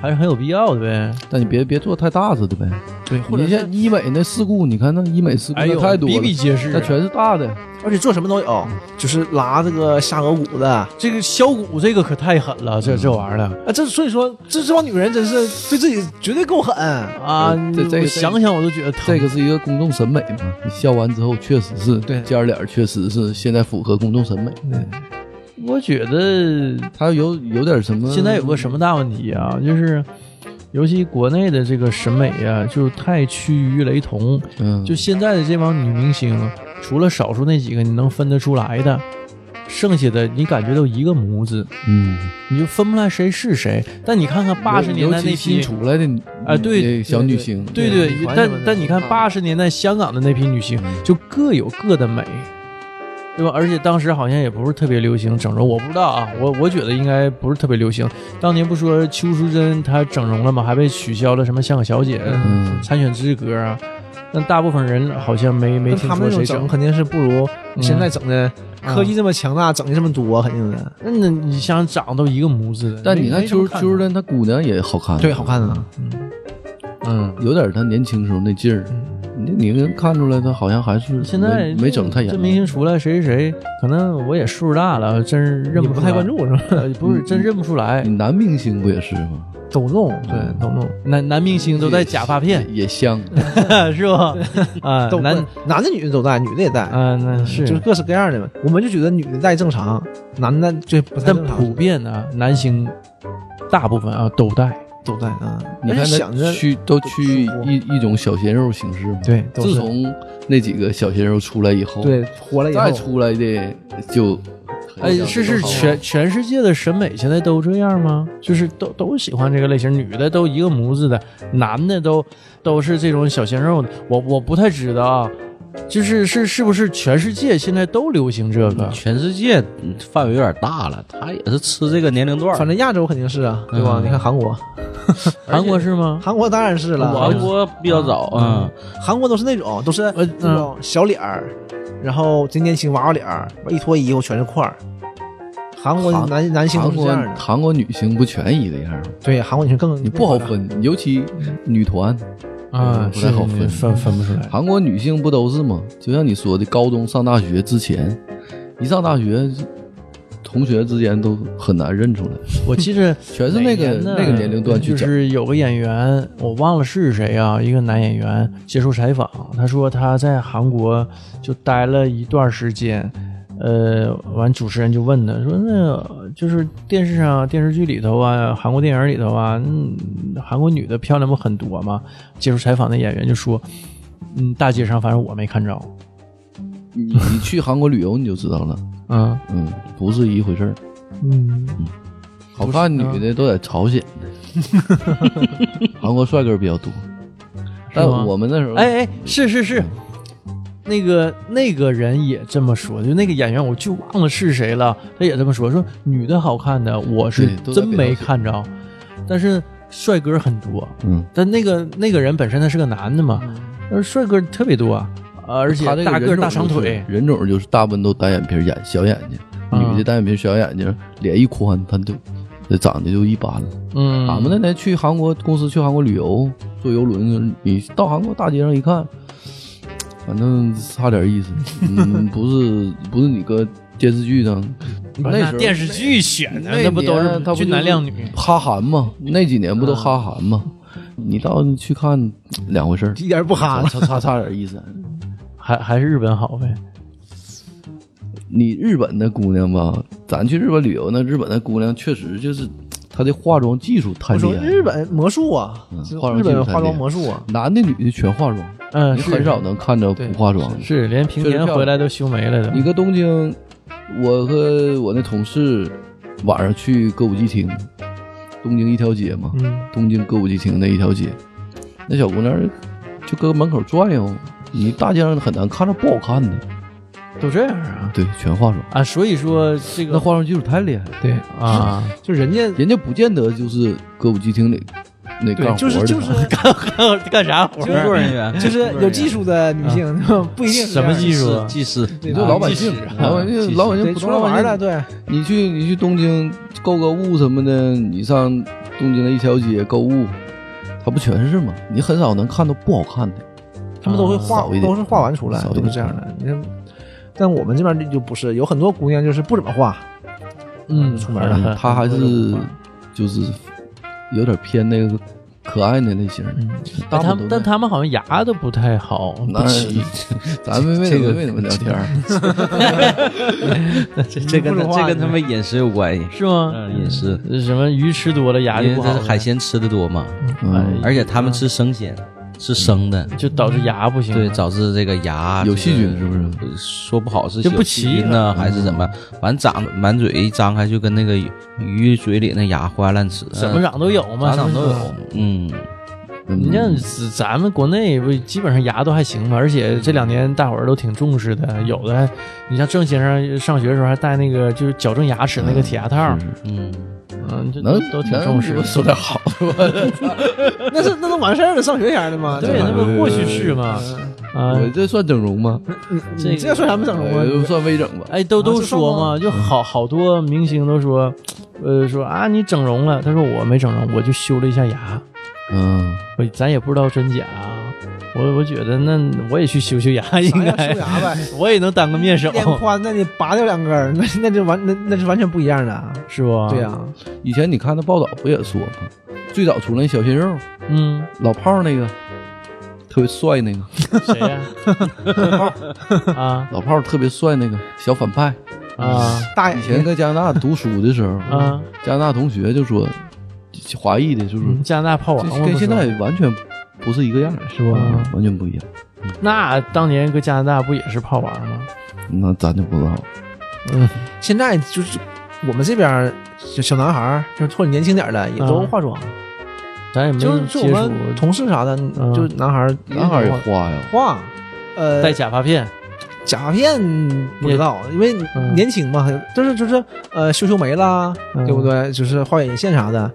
[SPEAKER 1] 还是很有必要的呗。
[SPEAKER 4] 但你别别做太大似的呗。
[SPEAKER 2] 对，或者
[SPEAKER 4] 你像医美那事故，你看那医美事故
[SPEAKER 1] 哎
[SPEAKER 4] 那
[SPEAKER 1] 呦，
[SPEAKER 4] 太多
[SPEAKER 1] 比比
[SPEAKER 4] 了，
[SPEAKER 1] 皆是
[SPEAKER 4] 那
[SPEAKER 1] 啊。
[SPEAKER 4] 全是大的。
[SPEAKER 2] 而且做什么都有，就是拉这个下颌骨的啊，
[SPEAKER 1] 这个削骨这个可太狠了，
[SPEAKER 4] 嗯
[SPEAKER 1] 这这玩意儿的
[SPEAKER 2] 这所以说这这帮女人真是对自己绝对够狠。
[SPEAKER 1] 啊！
[SPEAKER 4] 呃这这个
[SPEAKER 1] 我想想我都觉得疼。
[SPEAKER 4] 这个是一个公众审美嘛，你笑完之后确实是，
[SPEAKER 2] 对
[SPEAKER 4] 尖儿脸儿确实是现在符合公众审美。
[SPEAKER 1] 我觉得
[SPEAKER 4] 它有有点什么？
[SPEAKER 1] 现在有个什么大问题啊，就是尤其国内的这个审美啊，就太趋于雷同。
[SPEAKER 4] 嗯，
[SPEAKER 1] 就现在的这帮女明星，除了少数那几个你能分得出来的，剩下的你感觉都一个模子。
[SPEAKER 4] 嗯，
[SPEAKER 1] 你就分不出来谁是谁。但你看看八十年代
[SPEAKER 4] 尤
[SPEAKER 1] 那
[SPEAKER 4] 其新
[SPEAKER 1] 批，
[SPEAKER 4] 出来的
[SPEAKER 1] 啊对
[SPEAKER 4] 那小女星，
[SPEAKER 1] 对
[SPEAKER 2] 对
[SPEAKER 1] 对
[SPEAKER 2] 女，团
[SPEAKER 1] 但
[SPEAKER 2] 什么的
[SPEAKER 1] 但你看
[SPEAKER 2] 啊
[SPEAKER 1] 八十年代香港的那批女星，就各有各的美，对吧？而且当时好像也不是特别流行整容，我不知道啊，我我觉得应该不是特别流行。当年不说邱淑贞她整容了吗？还被取消了什么香港小姐
[SPEAKER 4] 嗯，
[SPEAKER 1] 参选资格啊？但大部分人好像没没
[SPEAKER 2] 那
[SPEAKER 1] 听
[SPEAKER 2] 他们
[SPEAKER 1] 说
[SPEAKER 2] 那
[SPEAKER 1] 谁整
[SPEAKER 2] 种整。肯定是不如
[SPEAKER 1] 嗯
[SPEAKER 2] 现在整的科技这么强大，整的这么多，肯定的。
[SPEAKER 1] 那那你想长都一个模子的，
[SPEAKER 4] 但你
[SPEAKER 1] 没
[SPEAKER 4] 看
[SPEAKER 1] 没什么
[SPEAKER 4] 邱
[SPEAKER 1] 看
[SPEAKER 4] 邱淑贞，她姑娘也好看，
[SPEAKER 2] 对，好看啊。
[SPEAKER 1] 嗯，
[SPEAKER 2] 嗯
[SPEAKER 4] 有点她年轻时候那劲儿，你能看出来他好像还是
[SPEAKER 1] 现在
[SPEAKER 4] 没没整太严。
[SPEAKER 1] 这明星出来谁谁谁，可能我也岁数大了，真是认
[SPEAKER 2] 你
[SPEAKER 1] 不出
[SPEAKER 2] 不太
[SPEAKER 1] 来
[SPEAKER 2] 关， 注是吧？
[SPEAKER 1] 呃不是真认不出来，
[SPEAKER 4] 男明星不也是吗？
[SPEAKER 2] 都弄，对，都弄，
[SPEAKER 1] 男男明星都戴假发 片，哎
[SPEAKER 4] 也像，
[SPEAKER 1] 是吧？啊，
[SPEAKER 2] 都
[SPEAKER 1] 男
[SPEAKER 2] 男的女的都戴，女的也戴，
[SPEAKER 1] 啊，那是
[SPEAKER 2] 就是各式各样的嘛。我们就觉得女的戴正常，男的就不太
[SPEAKER 1] 但
[SPEAKER 2] 正常，
[SPEAKER 1] 普遍呢、男星大部分啊都戴，
[SPEAKER 2] 都戴啊。
[SPEAKER 4] 你
[SPEAKER 2] 而
[SPEAKER 4] 看
[SPEAKER 2] 且想着
[SPEAKER 4] 他趋都趋
[SPEAKER 2] 舒服
[SPEAKER 4] 一一种小鲜肉形式嘛。
[SPEAKER 2] 对，都
[SPEAKER 4] 自
[SPEAKER 2] 是
[SPEAKER 4] 从那几个小鲜肉出来以后，，
[SPEAKER 2] 对火了以
[SPEAKER 4] 再
[SPEAKER 2] 后，
[SPEAKER 4] 出来的就
[SPEAKER 1] 哎，是是全全世界的审美现在都这样吗？就是都都喜欢这个类型，女的都一个模子的，男的都都是这种小鲜肉的。我我不太知道啊，就是是是不是全世界现在都流行这个？
[SPEAKER 5] 全世界嗯范围有点大了，他也是吃这个年龄段儿。
[SPEAKER 2] 反正亚洲肯定是啊，对吧？
[SPEAKER 5] 嗯
[SPEAKER 2] 你看韩国，
[SPEAKER 1] 韩国是吗？
[SPEAKER 2] 韩国当然是了，
[SPEAKER 5] 韩国比较早啊，
[SPEAKER 2] 韩国都是那种都
[SPEAKER 4] 呃
[SPEAKER 2] 是
[SPEAKER 1] 嗯
[SPEAKER 2] 那种小脸儿，然后真年轻娃娃脸儿，一脱衣服全是块儿。韩国
[SPEAKER 4] 韩
[SPEAKER 2] 男男性
[SPEAKER 4] 韩
[SPEAKER 2] 都是这
[SPEAKER 4] 国
[SPEAKER 2] 样的，
[SPEAKER 4] 韩国女星不全一个样吗？
[SPEAKER 2] 对韩国女生更
[SPEAKER 4] 你不好。分，尤其女团，
[SPEAKER 1] 啊，
[SPEAKER 4] 嗯不太好分
[SPEAKER 1] 是分分不出 来。
[SPEAKER 4] 韩国女性不都是吗？就像你说的，高中上大学之前，一上大学，同学之间都很难认出来，
[SPEAKER 1] 我记着
[SPEAKER 4] 全是那个
[SPEAKER 1] 哪年呢
[SPEAKER 4] 那个年龄段去
[SPEAKER 1] 就
[SPEAKER 4] 讲。
[SPEAKER 1] 是有个演员，我忘了是谁啊，一个男演员接受采访，他说他在韩国就待了一段时间。呃，完，主持人就问他说：“那就是电视上、电视剧里头啊，韩国电影里头啊，嗯，韩国女的漂亮不很多吗？”接受采访的演员就说：“嗯，大街上反正我没看着。
[SPEAKER 4] 你你去韩国旅游你就知道了，”
[SPEAKER 1] 嗯，
[SPEAKER 4] 嗯，不是一回事儿。
[SPEAKER 2] 嗯，
[SPEAKER 4] 好看
[SPEAKER 1] 啊
[SPEAKER 4] 女的都在朝鲜 呢，韩国帅哥比较多。但我们那时候，
[SPEAKER 1] 哎哎，是是是，那个那个人也这么说，就那个演员，我就忘了是谁了，他也这么说，说女的好看的我是
[SPEAKER 4] 对都在
[SPEAKER 1] 真
[SPEAKER 4] 北
[SPEAKER 1] 没
[SPEAKER 4] 朝鲜
[SPEAKER 1] 看着，但是帅哥很多，
[SPEAKER 4] 嗯，
[SPEAKER 1] 但那个那个人本身他是个男的嘛，呃帅哥特别多，呃而且
[SPEAKER 4] 他这
[SPEAKER 1] 大个
[SPEAKER 4] 人
[SPEAKER 1] 儿
[SPEAKER 4] 种
[SPEAKER 1] 大长
[SPEAKER 4] 就是
[SPEAKER 1] 腿，
[SPEAKER 4] 人种就是大部分都单眼皮儿眼小眼睛，
[SPEAKER 1] 啊
[SPEAKER 4] 女的单眼皮儿小眼睛，脸一宽，她就这长得就一般了。
[SPEAKER 1] 嗯，
[SPEAKER 4] 俺们那年去韩国公司去韩国旅游，坐游轮，你到韩国大街上一看，反正差 点意思。嗯，不是不是你搁电视剧上，
[SPEAKER 1] 不
[SPEAKER 4] 那
[SPEAKER 1] 是
[SPEAKER 4] 时
[SPEAKER 1] 那
[SPEAKER 4] 候
[SPEAKER 1] 电视剧选的
[SPEAKER 4] 那
[SPEAKER 1] 那不都
[SPEAKER 4] 年他
[SPEAKER 1] 是俊
[SPEAKER 4] 不就
[SPEAKER 1] 男
[SPEAKER 4] 是
[SPEAKER 1] 靓女？
[SPEAKER 4] 哈韩嘛，那几年
[SPEAKER 1] 嗯
[SPEAKER 4] 不都哈韩嘛？你到那去看两回 事儿，
[SPEAKER 2] 一点儿不
[SPEAKER 1] 啊
[SPEAKER 2] 哈了。
[SPEAKER 4] 差差差点意思。
[SPEAKER 1] 还还是日本好呗？
[SPEAKER 4] 你日本的姑娘吧，咱去日本旅游，那日本的姑娘确实就是她的化妆技术太
[SPEAKER 2] 我说
[SPEAKER 4] 厉害了，
[SPEAKER 2] 日本魔术啊
[SPEAKER 4] 嗯，
[SPEAKER 2] 这
[SPEAKER 4] 化妆
[SPEAKER 2] 日
[SPEAKER 4] 技术
[SPEAKER 2] 本
[SPEAKER 4] 太
[SPEAKER 2] 化
[SPEAKER 4] 厉
[SPEAKER 2] 妆啊
[SPEAKER 4] 害
[SPEAKER 2] 魔 术啊，
[SPEAKER 4] 男的女的全化妆，
[SPEAKER 1] 嗯，
[SPEAKER 4] 你
[SPEAKER 1] 是
[SPEAKER 4] 很少能看着不化妆的。
[SPEAKER 1] 是连平
[SPEAKER 4] 确实
[SPEAKER 1] 年
[SPEAKER 4] 漂
[SPEAKER 1] 回来
[SPEAKER 4] 亮
[SPEAKER 1] 都修没了的
[SPEAKER 4] 你搁东京，我和我那同事晚上去歌舞伎町，东京一条街嘛，
[SPEAKER 1] 嗯
[SPEAKER 4] 东京歌舞伎町那一条街，那小姑娘就搁门口转悠，你大街上很难看着不好看的，
[SPEAKER 1] 都这样啊
[SPEAKER 4] 对，全化妆，
[SPEAKER 1] 啊，所以说这
[SPEAKER 4] 那
[SPEAKER 1] 个
[SPEAKER 4] 化妆技术太厉害了，
[SPEAKER 2] 对，
[SPEAKER 1] 啊。
[SPEAKER 2] 就人家
[SPEAKER 4] 人家不见得就是歌舞伎町里那
[SPEAKER 2] 对，
[SPEAKER 4] 干活的，
[SPEAKER 2] 就是就是
[SPEAKER 1] 干啥活
[SPEAKER 5] 工嗯作人员
[SPEAKER 2] 就是有技术的女性，
[SPEAKER 4] 啊
[SPEAKER 2] 不一定是
[SPEAKER 1] 什么
[SPEAKER 2] 这样
[SPEAKER 1] 技术啊？
[SPEAKER 5] 技师，
[SPEAKER 4] 你就老百姓
[SPEAKER 1] 啊，
[SPEAKER 4] 老百姓老百姓
[SPEAKER 2] 对，
[SPEAKER 4] 普
[SPEAKER 2] 出
[SPEAKER 4] 通
[SPEAKER 2] 来
[SPEAKER 4] 老
[SPEAKER 2] 玩啊
[SPEAKER 4] 百
[SPEAKER 2] 儿
[SPEAKER 4] 姓
[SPEAKER 2] 的，对，
[SPEAKER 4] 你去你去东京购个物什么的，你上东京的一条街购物，它不全是吗？你很少能看到不好看的。
[SPEAKER 2] 他们都会
[SPEAKER 1] 啊
[SPEAKER 2] 画
[SPEAKER 4] 扫一，点
[SPEAKER 2] 都是画完出来，
[SPEAKER 4] 扫一
[SPEAKER 2] 都
[SPEAKER 4] 点嗯
[SPEAKER 2] 是这样的。你看，但我们这边就不是，有很多姑娘就是不怎么画，
[SPEAKER 1] 嗯，
[SPEAKER 2] 出门了
[SPEAKER 4] 他还是就是有点偏那个可爱的类型。
[SPEAKER 2] 嗯
[SPEAKER 1] 嗯但
[SPEAKER 4] 大部
[SPEAKER 5] 嗯
[SPEAKER 1] 他
[SPEAKER 4] 分
[SPEAKER 1] 们
[SPEAKER 4] 都
[SPEAKER 1] 但他们好像牙都不太好，
[SPEAKER 4] 那 咱们为什么为什么聊 天儿？
[SPEAKER 5] 这这跟他这跟他们饮食有关系，
[SPEAKER 1] 是吗？呃
[SPEAKER 5] 嗯，饮食，
[SPEAKER 1] 什么鱼吃多了牙
[SPEAKER 5] 因
[SPEAKER 1] 就不
[SPEAKER 5] 为这
[SPEAKER 1] 好
[SPEAKER 5] 是
[SPEAKER 1] 了，
[SPEAKER 5] 海鲜吃的多嘛，
[SPEAKER 2] 哎
[SPEAKER 4] 嗯，
[SPEAKER 5] 而且他们吃生鲜，吃生的，
[SPEAKER 1] 就导致牙不行。
[SPEAKER 5] 对，导致这个牙
[SPEAKER 4] 有
[SPEAKER 5] 这个
[SPEAKER 4] 细菌是不是？
[SPEAKER 5] 说不好是
[SPEAKER 1] 就
[SPEAKER 5] 有
[SPEAKER 1] 不
[SPEAKER 5] 细
[SPEAKER 1] 齐
[SPEAKER 5] 菌呢，还是怎么？完长满嘴一张开就跟那个鱼嘴里那牙花烂吃，
[SPEAKER 1] 怎么啊长都有嘛，
[SPEAKER 5] 咋呃长都
[SPEAKER 1] 是不
[SPEAKER 5] 有
[SPEAKER 1] 是。，
[SPEAKER 5] 嗯，
[SPEAKER 1] 你像咱咱们国内不基本上牙都还行嘛，而且这两年大伙儿都挺重视的，有的还你像郑先生上学的时候还戴那个就是矫正牙齿那个铁牙套，
[SPEAKER 5] 嗯，
[SPEAKER 1] 嗯，这
[SPEAKER 4] 能
[SPEAKER 1] 都挺重视
[SPEAKER 4] 能
[SPEAKER 1] 的。
[SPEAKER 4] 说点好的吧。
[SPEAKER 2] 那是那都完事儿了，上学前儿的嘛，
[SPEAKER 1] 对，
[SPEAKER 2] 吧
[SPEAKER 1] 那不过去式嘛，
[SPEAKER 2] 嗯
[SPEAKER 1] 啊，
[SPEAKER 4] 我这算整容吗？
[SPEAKER 2] 你这算什么整容啊？
[SPEAKER 4] 呃算微整吧。
[SPEAKER 1] 哎，都都
[SPEAKER 2] 这算
[SPEAKER 1] 说
[SPEAKER 2] 啊吗嗯
[SPEAKER 1] 嘛，就好好多明星都说，呃，说啊你整容了，他说我没整容，我就修了一下牙，
[SPEAKER 4] 嗯，
[SPEAKER 1] 我咱也不知道真假啊，我我觉得那我也去修修牙， 应
[SPEAKER 2] 咱要修
[SPEAKER 1] 该
[SPEAKER 2] 牙 呗，
[SPEAKER 1] 我也能当个面手，
[SPEAKER 4] 哦
[SPEAKER 2] 练宽，那你拔掉两根儿，那那就完，那那是完全不一样的啊。
[SPEAKER 1] 是不？
[SPEAKER 2] 对呀、
[SPEAKER 4] 以前你看那报道不也说吗？最早出来小鲜肉
[SPEAKER 1] 嗯，
[SPEAKER 4] 老炮儿那个，特别帅那个，
[SPEAKER 1] 谁 呀？啊
[SPEAKER 4] 老炮儿特别帅那个小反派。
[SPEAKER 1] 啊
[SPEAKER 2] 大
[SPEAKER 4] 以前
[SPEAKER 2] 眼睛，
[SPEAKER 4] 在加拿大读书的时候，
[SPEAKER 2] 嗯
[SPEAKER 1] 啊！
[SPEAKER 4] 加拿大同学就说，华裔的就说，
[SPEAKER 1] 加拿大炮王
[SPEAKER 4] 这
[SPEAKER 1] 八
[SPEAKER 4] 跟
[SPEAKER 1] 嗯不
[SPEAKER 4] 现
[SPEAKER 1] 是嗯
[SPEAKER 4] 在完全不是一个样儿，
[SPEAKER 1] 是吧？
[SPEAKER 4] 啊完全不一样。
[SPEAKER 1] 那当年搁加拿大不也是炮王吗？
[SPEAKER 4] 那咱就不知道了。
[SPEAKER 2] 现在就是我们这边儿小小男孩儿，就是或者年轻点儿的，也都
[SPEAKER 1] 啊
[SPEAKER 2] 化妆，
[SPEAKER 1] 咱也没
[SPEAKER 2] 嗯就是就
[SPEAKER 1] 接
[SPEAKER 2] 我
[SPEAKER 1] 触
[SPEAKER 2] 们同事啥的，
[SPEAKER 1] 嗯
[SPEAKER 2] 就男孩儿
[SPEAKER 4] 男孩儿也花呀，
[SPEAKER 2] 化，呃，
[SPEAKER 1] 戴假发片，
[SPEAKER 2] 假发片不知道，因为
[SPEAKER 1] 嗯
[SPEAKER 2] 年轻嘛，就是就是呃修修眉啦，
[SPEAKER 1] 嗯啊
[SPEAKER 2] 对不对？就是画眼线啥的，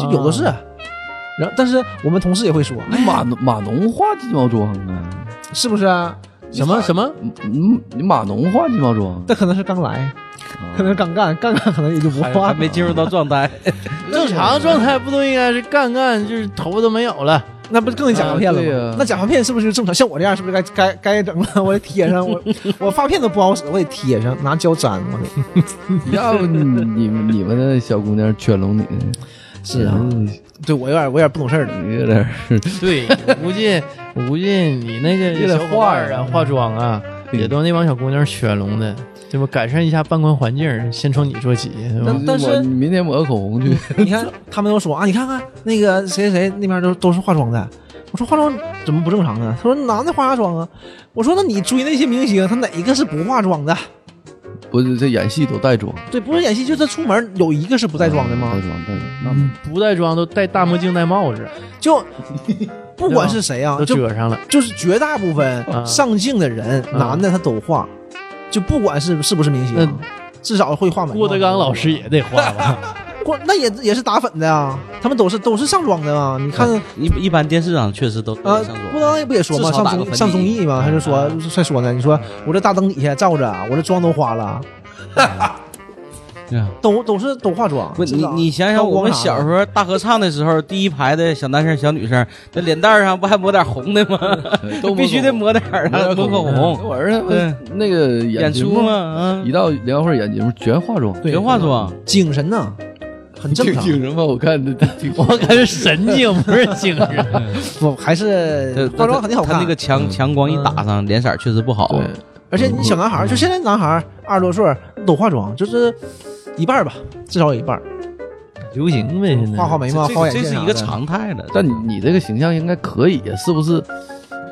[SPEAKER 2] 就有的是。然后，但是我们同事也会说，
[SPEAKER 4] 那码农码农化鸡毛妆啊？
[SPEAKER 2] 是不是啊？
[SPEAKER 1] 什么什么
[SPEAKER 4] 嗯，你码农化鸡毛妆？
[SPEAKER 2] 那可能是刚来，
[SPEAKER 4] 啊
[SPEAKER 2] 可能是刚干，刚干可能也就不
[SPEAKER 5] 还
[SPEAKER 2] 化
[SPEAKER 5] 还没进入到状态，
[SPEAKER 1] 正常状态不都应该是干干，就是头发都没有 了，
[SPEAKER 2] 那不是更是假发片了
[SPEAKER 4] 啊对
[SPEAKER 2] 吗
[SPEAKER 4] 呀？
[SPEAKER 2] 那假发片是不是就正常？像我这样是不是该该该整了？我得贴上，我 我发片都不好使，我得贴上，拿胶粘，我得。
[SPEAKER 4] 要不你你们你们那小姑娘圈拢你，
[SPEAKER 2] 是啊，对我有点我有点不懂事儿了。
[SPEAKER 4] 你有点儿
[SPEAKER 1] 对，我估计我估计你那个
[SPEAKER 4] 也得
[SPEAKER 1] 小伙伴
[SPEAKER 4] 画
[SPEAKER 1] 啊
[SPEAKER 4] 呀，
[SPEAKER 1] 化妆啊，
[SPEAKER 4] 对
[SPEAKER 1] 也都那帮小姑娘圈拢的，对吧？改善一下办公环境，先从你做起，对吧
[SPEAKER 2] 但但是
[SPEAKER 4] 我明天抹个口红 去，
[SPEAKER 2] 你看他们都说啊，你看看那个谁谁谁那边都都是化妆的。我说化妆怎么不正常呢？啊他说男的化啥妆啊？我说那你追那些明星，他哪一个是不化妆的？
[SPEAKER 4] 不是这演戏都带妆，
[SPEAKER 2] 对，不是演戏就是出门有一个是不带妆的吗
[SPEAKER 1] 嗯
[SPEAKER 4] 带？妆带妆，那么
[SPEAKER 1] 不戴妆都戴大墨镜、戴帽子，
[SPEAKER 2] 就不管是谁啊
[SPEAKER 1] 都，
[SPEAKER 2] 就
[SPEAKER 1] 遮上了。
[SPEAKER 2] 就是绝大部分
[SPEAKER 1] 啊
[SPEAKER 2] 上镜的人，
[SPEAKER 1] 啊
[SPEAKER 2] 男的他都化，就不管是是不是明星，至少会画眉
[SPEAKER 1] 嗯
[SPEAKER 2] 毛。
[SPEAKER 1] 郭德纲老师也得化吧？
[SPEAKER 2] 郭那也也是打粉的啊，他们都是都是上妆的啊。你看
[SPEAKER 5] 一一般电视上确实都都
[SPEAKER 2] 啊
[SPEAKER 5] 上，
[SPEAKER 2] 郭德纲
[SPEAKER 5] 妆，
[SPEAKER 2] 也不也说嘛，
[SPEAKER 5] 至少
[SPEAKER 2] 上
[SPEAKER 5] 打个
[SPEAKER 2] 综
[SPEAKER 5] 粉底
[SPEAKER 2] 上综艺嘛，他就说
[SPEAKER 1] 啊
[SPEAKER 2] 再说呢，你说我这大灯底下照着，啊我这妆都花了，
[SPEAKER 5] 对啊
[SPEAKER 2] 都都是都化妆。
[SPEAKER 5] 不，
[SPEAKER 2] 知
[SPEAKER 5] 你
[SPEAKER 2] 道
[SPEAKER 5] 你想想，我们小时，候大合唱的时候，第一排的小男生、小女生，那脸蛋儿上不还抹点红的吗？
[SPEAKER 4] 都
[SPEAKER 5] 必须得抹点儿啊，抹口红。
[SPEAKER 4] 我儿子
[SPEAKER 5] 对
[SPEAKER 4] 那个
[SPEAKER 5] 演
[SPEAKER 4] 节
[SPEAKER 5] 出
[SPEAKER 4] 目
[SPEAKER 5] 嘛，，啊
[SPEAKER 4] 一，到联欢会演节目全化妆，
[SPEAKER 2] 对
[SPEAKER 5] 学化
[SPEAKER 2] 高
[SPEAKER 5] 妆，
[SPEAKER 2] 光啥的精神呐，很正
[SPEAKER 4] 挺
[SPEAKER 2] 常。
[SPEAKER 4] 挺什么？我看这挺
[SPEAKER 1] 我 感觉神经不是精 神。
[SPEAKER 2] 不还是
[SPEAKER 5] 这
[SPEAKER 2] 化妆肯定好
[SPEAKER 5] 他
[SPEAKER 2] 看
[SPEAKER 5] 那个。强强光一打上，脸色儿确实不好。啊
[SPEAKER 4] 对，
[SPEAKER 2] 而且你小男孩儿，就现在男孩儿二十多岁儿都化妆，就是一半儿吧，至少有一半儿
[SPEAKER 1] 流行呗，现在
[SPEAKER 2] 画 画眉毛、
[SPEAKER 5] 这
[SPEAKER 2] 画
[SPEAKER 5] 个
[SPEAKER 2] 眼
[SPEAKER 5] 这
[SPEAKER 2] 线
[SPEAKER 5] 是
[SPEAKER 2] 啥
[SPEAKER 5] 一
[SPEAKER 2] 的
[SPEAKER 5] 个常态了。
[SPEAKER 4] 但你你这个形象应该可以，啊是不是？